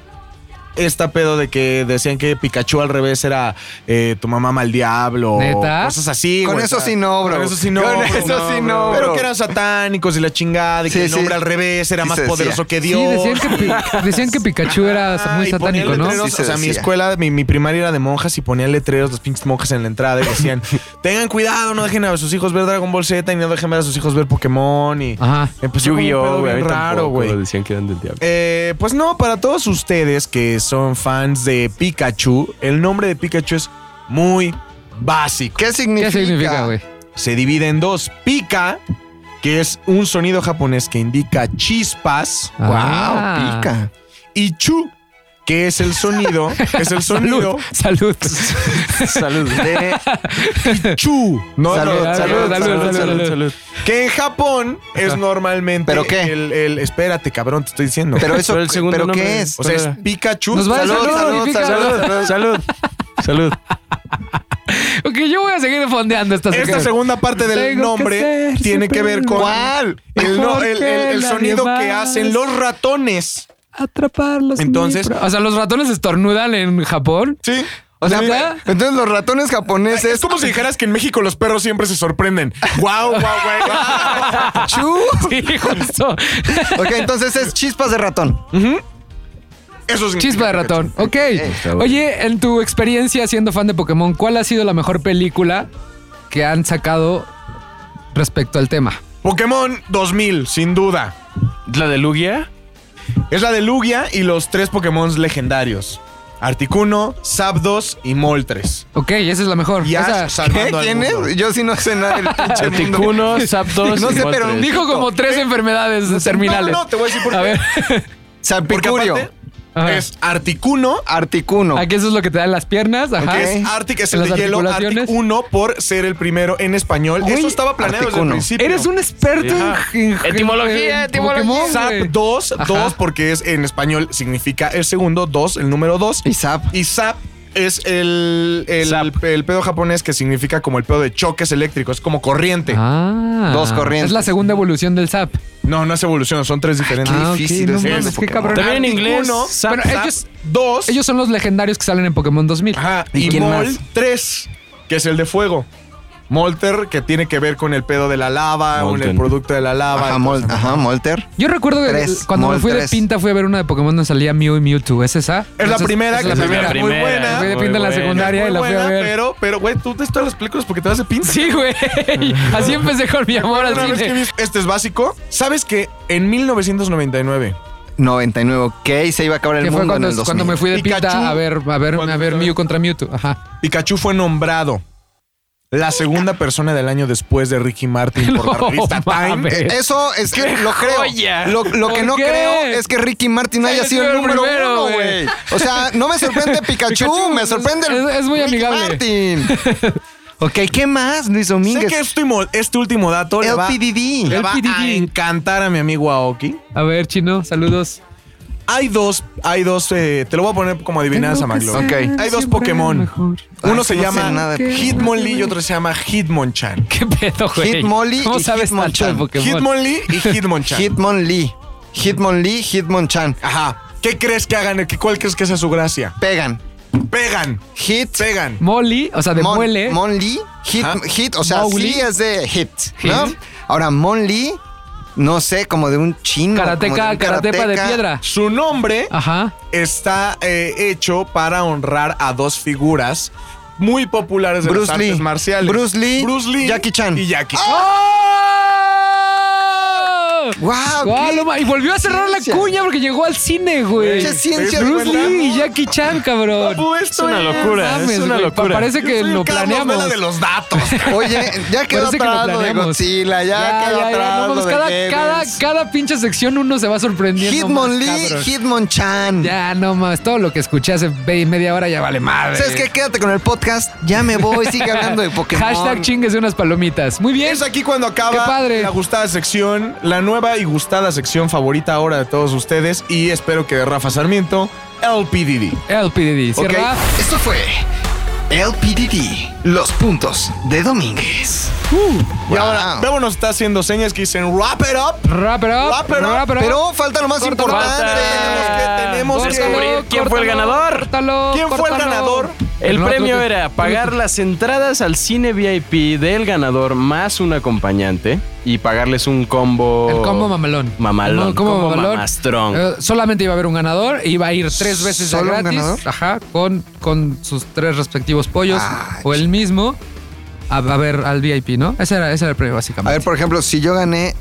A: esta pedo de que decían que Pikachu al revés era eh, tu mamá mal diablo? o
B: ¿Neta?
A: Cosas así,
E: Con
A: güey,
E: eso
A: o sea,
E: sí no, bro.
A: Con eso sí no.
E: Con
A: bro.
E: eso sí no,
A: Pero
E: bro.
A: que eran satánicos y la chingada, y
E: Sí,
A: que el
E: sí.
A: nombre al revés era
E: Sí
A: más
E: se decía.
A: poderoso que
B: Sí,
A: Dios.
B: decían que,
A: [laughs]
B: Pi- decían que Pikachu era
A: Ah,
B: muy
A: y ponían
B: satánico, ¿no?
A: letreros,
E: Sí, se
A: o sea, mi
E: decía.
A: escuela, mi, mi primaria era de monjas y ponían letreros, las pinches monjas en la entrada y
E: [laughs]
A: decían: Tengan cuidado, no dejen a sus hijos ver Dragon Ball Z y no dejen ver a sus hijos ver Pokémon. Y
B: Ajá.
A: empezó como un
D: Yu-Gi-Oh,
A: pedo
D: güey.
A: bien raro, güey.
D: Decían que eran del diablo.
A: Eh, pues no, para todos ustedes que son fans de Pikachu, el nombre de Pikachu es muy básico.
E: ¿Qué significa?
B: ¿Qué
A: [laughs]
B: significa, güey?
A: Se divide en dos: Pika, que es un sonido japonés que indica chispas.
E: Wow,
B: Ah.
E: pica.
A: y chu, que es el sonido, es el sonido
B: [laughs] Salud.
D: Salud.
E: De-
A: chu, no,
E: Salud,
A: no,
E: salud,
B: salud, salud.
A: que en Japón es normalmente
E: ¿Pero qué?
A: El, el- espérate, cabrón, te estoy diciendo.
E: Pero eso,
D: Pero el segundo
E: ¿pero
D: nombre
E: qué
D: es-
E: es?
A: o sea, es Pikachu.
B: Nos va a
E: Salud,
B: salud,
E: salud,
B: significa-
E: salud.
D: Salud. Salud.
B: Ok, yo voy a seguir fondeando esta
A: Esta
B: sección.
A: segunda parte del
B: Tengo que
A: nombre
B: ser
A: tiene que ver con
E: ¿Cuál?
A: el, no-
B: Mejor
A: el- el-
B: que
A: el
B: la
A: sonido que
B: demás.
A: hacen los ratones.
B: Atraparlos.
A: Entonces-
B: mi pro- O sea, los ratones estornudan en Japón.
A: Sí.
E: O sea,
B: ¿Neta?
E: Ah, entonces los ratones
A: [laughs]
E: japoneses.
A: Es como si dijeras que en México los perros siempre se sorprenden. ¡Guau, guau, guau! guau.
E: Chu.
B: [laughs] Sí,
A: [laughs]
B: justo.
E: Ok, entonces es chispas de ratón.
A: Eso es
B: Chispa de ratón. Ok. Oye, en tu experiencia siendo fan de Pokémon, ¿cuál ha sido la mejor película que han sacado respecto al tema?
A: Pokémon 2000, sin duda.
D: ¿La de Lugia?
A: Es la de Lugia y los tres Pokémon legendarios. Articuno, Zapdos y Moltres.
B: Ok, esa es la mejor.
A: Y
B: Esa-
A: Ash
E: ¿Qué?
A: salvando al
E: ¿Quién
A: mundo.
E: es? Yo sí no sé nada del pinche mundo.
D: Articuno, Zapdos
E: [laughs] No
D: y
E: sé, pero
D: Moltres.
E: dijo-
B: dijo como tres enfermedades terminales.
A: No, no, te voy a decir por
B: A
A: qué.
B: ver. [laughs]
A: Porque
E: Salpicurio.
A: aparte
B: Ajá.
A: es Articuno,
E: Articuno.
B: Aquí eso es lo que te dan las piernas. Ajá.
A: que es Arctic, es el
B: Las
A: de hielo,
B: articulaciones.
A: Artic 1 por ser el primero en español.
B: Güey,
A: Eso estaba planeado desde el
E: Articuno.
A: principio.
B: Eres un experto en-
D: Ajá.
B: en,
D: Etimología,
B: en Pokémon, güey.
A: Zapdos,
B: Ajá.
A: dos porque es en español significa el segundo, dos, el número dos.
E: Y Zap.
A: Y Zap es el, el,
D: Zap.
A: el pedo japonés que significa como el pedo de choques eléctricos, es como corriente.
B: Ah.
E: Dos corrientes.
B: Es la segunda evolución del Zap.
A: No, no es evolución, son tres diferentes.
B: Ah, ok,
E: difícil
B: no
E: es
B: mames,
E: eso,
B: qué
E: Pokémon.
B: cabrón.
D: También en inglés.
A: Uno,
D: Zap,
B: Bueno,
D: zap.
B: ellos,
A: Dos.
B: ellos son los legendarios que salen en Pokémon 2000.
A: Ajá,
E: ¿Y
A: y
E: quién
A: Mol
E: más?
A: 3, que es el de fuego. Molter, que tiene que ver con el pedo de la lava, con el
D: Molten.
A: producto de la lava.
E: Ajá,
A: entonces,
E: Mol- ah. ajá, Molter.
B: Yo recuerdo que
E: Tres,
B: cuando
E: Mol
B: me fui
E: tres.
B: de pinta fui a ver una de Pokémon donde salía Mew y Mewtwo. ¿Es esa?
A: Es la primera,
B: es
A: que
B: la
A: se
B: primera.
A: veía muy
D: Primera.
A: buena.
B: Fui de
D: Muy
B: pinta en la
D: buena.
B: secundaria y
A: muy
B: la fui a
A: buena,
B: ver.
A: Pero, pero, güey, tú ves todas las películas porque te vas de pinza.
B: Sí,
E: [laughs]
B: güey. Así empecé con mi amor [laughs] al
A: Una vez que
B: cine.
A: viste- Este es básico. ¿Sabes que en 1999
E: 99, ok, se iba a acabar el
B: Que
E: mundo
B: fue
E: en
B: cuando,
E: el 2000.
B: cuando me fui de pinta
A: Pikachu.
B: a ver, a ver, a ver
A: Cuando-
B: Mew contra Mewtwo. Ajá.
A: Pikachu fue nombrado la segunda persona del año después de Ricky Martin por la
B: [laughs] No
A: revista Time?
B: mames.
A: Eh,
E: Eso
B: [laughs]
E: es que lo creo.
D: joya!
E: Lo, lo que
B: ¿Por
E: no
B: qué?
E: creo es que Ricky Martin haya
B: Haya
E: sido el
B: sido el
E: número
B: primero,
E: uno,
B: güey.
E: güey. O sea, no me sorprende
B: [laughs]
E: Pikachu,
B: Pikachu,
E: me
B: es-
E: sorprende el
B: es- es muy
E: Ricky
B: amigable. [laughs]
E: Martin. Ok, ¿qué más, Luis
A: Sé
E: Domínguez?
A: que este, mo- este último dato le va,
E: LPDD.
A: le va a
E: LPDD.
A: encantar a mi amigo Aoki.
B: A ver, chino, saludos.
A: Hay dos, hay dos, eh, te lo voy a poner como adivinanza,
B: Tengo que
A: Maglo.
B: ser
A: Ok. Hay dos
B: siempre
A: Pokémon.
B: mejor.
A: Uno
E: Ay,
A: se
E: no sé
A: llama
E: nada de
A: Hitmonlee y otro se llama Hitmonchan.
B: [laughs] ¿Qué pedo, güey?
E: Hitmonlee
B: ¿Cómo
E: y
B: sabes tanto de
E: Hitmonchan.
B: Pokémon?
A: Hitmonlee y
B: [laughs]
A: Hitmonchan.
E: Hitmonlee. Hitmonlee, Hitmonchan.
A: Ajá. ¿Qué crees que hagan? ¿Qué- ¿Cuál crees que sea su gracia?
E: Pegan.
A: Pegan.
E: Hit.
A: Pegan.
B: Molly, o sea, de
E: Mon-
B: muele.
E: Monly. Hit,
A: Ajá.
E: hit, o sea,
B: Mowgli.
E: sí es de hit, ¿no?
B: Hit.
E: Ahora, Monly, no sé, como de un chino. como de
B: Karateca,
E: un
B: karatepa de
E: karateca.
B: piedra.
A: Su nombre
B: Ajá.
A: está eh, hecho para honrar a dos figuras muy populares de
E: Bruce
A: las
E: Lee.
A: artes marciales.
E: Bruce Lee, Jackie Chan. Ah,
A: Y Jackie
E: ¡Guau!
B: ¡Oh! Guau,
E: qué-
B: lo ma- y volvió a cerrar la
E: ciencia.
B: cuña porque llegó al cine, güey.
E: Pinche ciencia,
B: Bruce
E: ¿verdad?
B: Lee y Jackie Chan, cabrón.
A: Papu, esto
D: una
A: es-
D: locura, es
B: Mames,
D: una
B: güey,
D: locura.
B: Parece que
A: Yo soy
B: lo
A: el Carlos
B: planeamos.
A: Vela de los [laughs] datos.
E: Oye,
B: [laughs]
E: ya quedó
B: Parece que lo
E: atrás lo de
B: planeamos.
E: Godzilla, ya, quedó atrás
B: no
E: lo
B: mames,
E: de
B: cada,
E: Goebbels.
B: cada, cada pinche sección uno se va sorprendiendo. más,
E: Hitmonlee,
B: cabrón.
E: Hitmonchan.
B: Ya, no mames, todo lo que escuché hace ve- media hora ya vale madre.
E: ¿Sabes qué? Quédate con el podcast. Ya me voy, sigue hablando de Pokémon.
B: Hashtag chingues de unas palomitas. Muy bien.
A: Es aquí cuando acaba
B: Qué padre.
A: la gustada sección, la nueva y gustada sección favorita ahora de todos ustedes y espero que de Rafa Sarmiento, LPDD.
B: LPDD,
E: Ok,
B: ¿cierra?
E: Esto fue LPDD, los puntos de Domínguez.
B: Uh,
E: y ahora,
A: Bravo nos está haciendo señas que dicen wrap it up.
B: Wrap it up,
A: Wrap it up,
B: wrap it up.
E: pero falta lo más
B: Corta,
E: importante.
A: falta. Tenemos que-
B: Córtalo,
A: descubrir
D: quién fue el ganador.
B: córtalo,
A: ¿Quién fue el
B: córtalo.
A: ganador?
D: El
B: No, creo
D: premio
B: que-
D: era pagar las entradas al cine VIP del ganador más un acompañante y pagarles un combo.
B: El combo mamalón.
D: Mamalón,
B: El combo
D: combo
B: mamalón.
D: mamastrón.
B: Eh, solamente iba a haber un ganador, iba a ir tres veces de
E: ¿Solo un
B: gratis.
E: ganador?
B: Ajá, con, con sus tres respectivos pollos
E: Ah,
B: o el mismo. A, a ver, al VIP, ¿no? Ese era, ese era el premio,
E: A
B: básicamente.
E: ver, por ejemplo, si yo gané,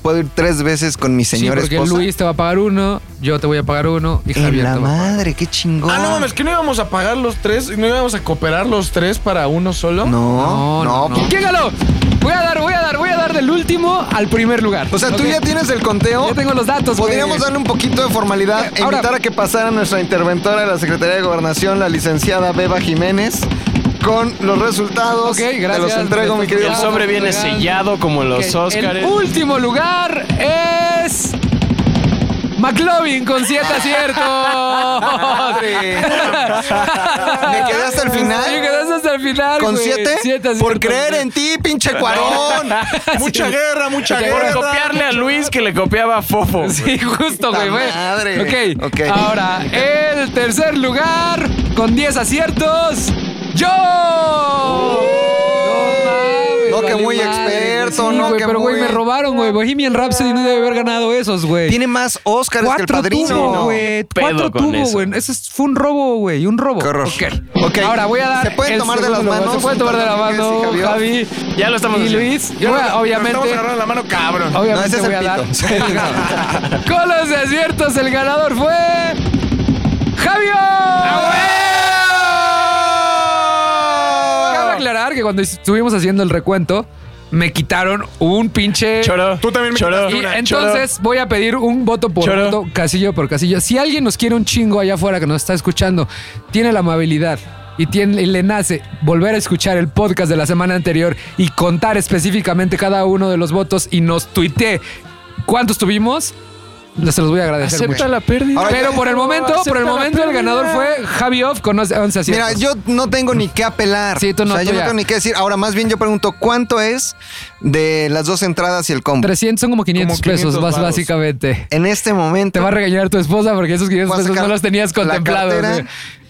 E: puedo ir tres veces con mi señora
B: sí, porque
E: esposa.
B: Luis te va a pagar uno, yo te voy a pagar uno y
E: En
B: Javier
E: la
B: te va a pagar.
E: madre, qué chingón.
A: Ah, no mames, que no íbamos a pagar los tres, no íbamos a cooperar los tres para uno solo.
E: No, no. pues,
B: no. ¿Quién ganó? Voy a dar, voy a dar, voy a dar del último al primer lugar.
E: O sea, tú
B: Ok.
E: ya tienes el conteo.
B: Ya tengo los datos, güey.
E: Podríamos darle un poquito de formalidad e
B: ahora-
E: invitar a que pasara nuestra interventora de la Secretaría de Gobernación, la licenciada Beba Jiménez, con los resultados.
B: Ok, gracias.
E: Te los entrego, mi querido.
D: El sobre
B: [laughs]
D: viene sellado como en los
B: Ok,
D: Óscares.
B: Ah, El último lugar es. McLovin con siete aciertos.
E: [laughs] Me quedé hasta el
B: Sí,
E: final.
B: quedaste hasta el final.
E: ¿Con
B: güey.
E: siete?
B: Siete aciertos.
E: Por creer en ti, pinche
B: [laughs]
E: cuarón.
A: Mucha guerra, mucha
D: Por
A: guerra.
D: copiarle a Luis que le copiaba a Fofo. güey.
B: Sí, justo, güey. güey.
E: madre.
B: Ok.
E: Ok.
B: Ahora, el tercer lugar con 10 aciertos. ¡Yo! No mames,
E: No, que
B: vale
E: muy experto,
B: Sí,
E: no,
B: güey,
E: que
B: pero, güey,
E: muy-
B: me robaron, güey. Bohemian Rhapsody no debe haber ganado esos, güey.
E: Tiene más Óscares que el
B: Cuatro
E: padrino.
B: tuvo, güey.
D: Pedo
B: Cuatro
D: con
B: tuvo,
D: eso.
B: güey. Eso es- fue un robo, güey. Un robo.
E: Qué horror.
B: Ok.
E: Ok.
B: Ahora voy a dar.
E: ¿Se pueden
B: el
E: tomar de
B: segundo
E: las
B: lugar.
E: manos?
B: Se pueden tomar de la mano,
E: Sí, Javier.
B: Javi.
D: Ya lo estamos
B: Y
D: haciendo.
B: Luis. Yo voy a- obviamente.
A: Estamos agarrando la mano, cabrón.
E: No, ese
B: Obviamente
E: es
B: voy a
E: [laughs]
B: dar.
E: el pito.
B: Con los desiertos, el ganador fue.
E: ¡Ah,
B: ¡Javio! Cabe aclarar que cuando estuvimos haciendo el recuento, me quitaron un pinche.
D: Choro.
A: Tú también me
D: Choro.
A: quitaste
B: Y
A: una,
B: entonces voy a pedir un voto por
D: Choro.
B: voto, casillo por casillo. Si alguien nos quiere un chingo allá afuera que nos está escuchando, tiene la amabilidad y, tiene, y le nace volver a escuchar el podcast de la semana anterior y contar específicamente cada uno de los votos y nos tuitee cuántos tuvimos, se los voy a agradecer
D: Acepta
B: mucho.
D: la pérdida.
E: Ahora,
B: Pero por el momento, por el momento el ganador fue Javi Off con 11 aciertos.
E: Mira, yo no tengo ni qué apelar.
B: Sí, tú no,
E: o sea,
B: tú
E: yo no
B: ya.
E: tengo ni qué decir. Ahora, más bien yo pregunto, ¿cuánto es de las dos entradas y el combo?
B: 300 son como 500,
A: Como 500
B: pesos, bas-
A: varos.
B: básicamente.
E: En este
B: Te
E: momento.
B: va a regañar tu esposa porque esos 500
E: Voy a
B: pesos no
E: sacar
B: los tenías
E: la
B: contemplados.
E: cartera.
B: güey.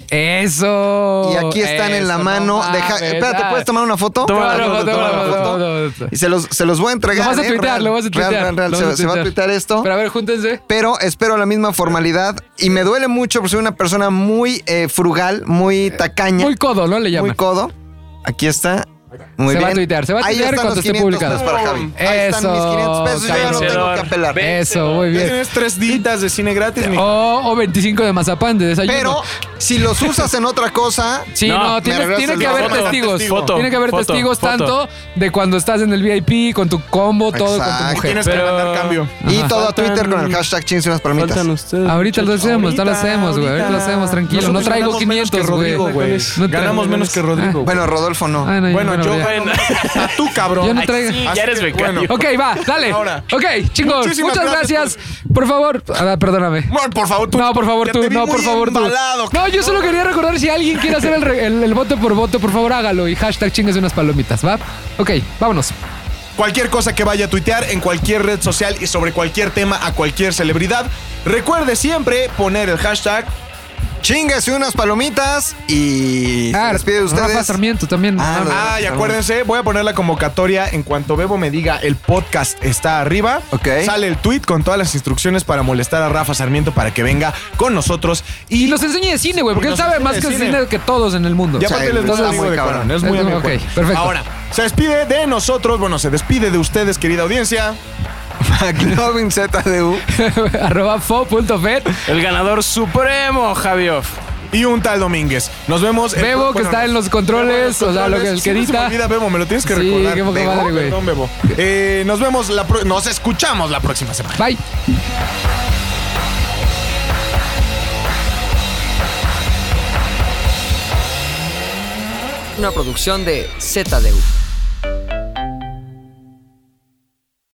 B: Eso.
E: y aquí están en la
B: eso,
E: mano.
B: no
E: Deja-
B: mames,
E: espérate,
B: ah.
E: ¿puedes tomar una foto?
B: Toma la
E: Toma
B: foto, toma la foto, toma la foto.
E: Y se los, se los voy a
B: Lo
E: entregar.
B: vas a
E: ¿eh?
B: tuitear,
E: Real,
B: lo vas a tuitear.
E: real, real, real.
B: lo
E: Se,
B: vas
E: se va a tuitear esto.
B: Pero a ver, júntense.
E: Pero espero la misma formalidad. Y me duele mucho porque soy una persona muy eh, frugal, muy tacaña,
B: Muy
E: muy,
B: codo, ¿no? Le llaman.
E: codo. Aquí está. Muy
B: Se va
E: bien.
B: a tuitear, se va a
E: Ahí
B: tuitear
E: están
B: cuando
E: los
B: esté
E: 500
B: publicado.
E: pesos para Javi. Ahí
B: Eso, Eh,
E: están mis 500 pesos. Yo ya no tengo que
B: cabrón.
E: apelar.
B: Eso, muy
A: Ya
B: bien.
A: tienes tres ditas de cine gratis, mi
B: O, o 25 de mazapán de desayuno.
E: Pero Si los usas en otra cosa.
B: Sí, no, tienes-
E: me
B: tiene
E: regresas
B: que
E: la
B: haber
E: foto.
B: testigos.
D: Foto,
B: tiene que haber
D: foto,
B: testigos
D: foto.
B: tanto de cuando estás en el VIP, con tu combo, todo con tu mujer.
E: Y
B: Ajá.
E: todo a Twitter con el hashtag chins y unas palomitas.
B: Ahorita lo hacemos, no lo hacemos, güey. Ahorita lo hacemos, tranquilo.
E: Nosotros
B: no traigo
E: ganamos menos
B: 500,
E: que
B: güey.
E: Rodrigo, güey.
B: No
A: Ganamos menos que Rodrigo.
E: Bueno, Rodolfo no.
B: Ay, no,
A: Bueno,
B: bueno,
A: yo
B: ya. [laughs]
A: gano a tú, cabrón.
B: Yo no
A: Ay,
B: traigo-
A: sí,
B: Así
A: ya eres
B: que,
A: becario.
B: bueno. Ok, va, dale.
A: Ahora.
B: Ok, chicos,
A: Muchísimas
B: muchas
A: gracias
B: gracias. Por favor, ah, perdóname.
A: por favor, tú.
B: No, por favor,
A: Ya
B: tú.
A: te vi
B: No,
A: muy
B: por favor, tú.
A: embalado,
B: No, yo solo quería recordar si alguien quiere hacer el, re- el- el voto por voto, por favor, hágalo. Y hashtag chingas de unas palomitas, ¿va? Ok, vámonos.
A: Cualquier cosa que vaya a tuitear en cualquier red social y sobre cualquier tema a cualquier celebridad, recuerde siempre poner el hashtag
E: Chingase unas palomitas y. se despide de ustedes.
B: Ah, Rafa
E: [laughs]
B: Sarmiento también.
E: Ah, lo de
A: Ah,
E: Rafa
A: y
E: Sarmiento.
A: acuérdense, voy a poner la convocatoria en cuanto Bebo me diga el podcast está arriba.
E: Ok.
A: Sale el tweet con todas las instrucciones para molestar a Rafa Sarmiento para que venga con nosotros y,
B: Y nos enseñe de cine, güey, porque
A: Y
B: él
A: nos
B: sabe
A: enseñe
B: más
A: de
B: que de
A: cine.
B: cine que todos en el mundo.
A: Ya
E: Sí,
A: aparte les
E: está
A: digo
E: muy
A: de
E: cabrón.
A: corazón, es
B: Es-
A: muy amigo.
B: ok, perfecto.
A: Ahora, se despide de nosotros, bueno, se despide de ustedes, querida audiencia.
E: McLovin ZDU.
B: [laughs] Arroba fo.fet.
D: El ganador supremo, Javioff.
A: Y un tal Domínguez. Nos vemos. el-
B: Bebo, que está en los controles,
A: Bebo en los
B: o sea, lo que- el
A: controles.
B: que
A: Siempre se me
B: edita.
A: olvida, Bebo, me lo tienes que
B: Sí,
A: recordar.
B: qué poca
A: Bebo,
B: madre, güey.
A: perdón, Bebo. Eh, nos vemos la pro- nos escuchamos la próxima semana.
B: Bye.
Q: Una producción de ZDU.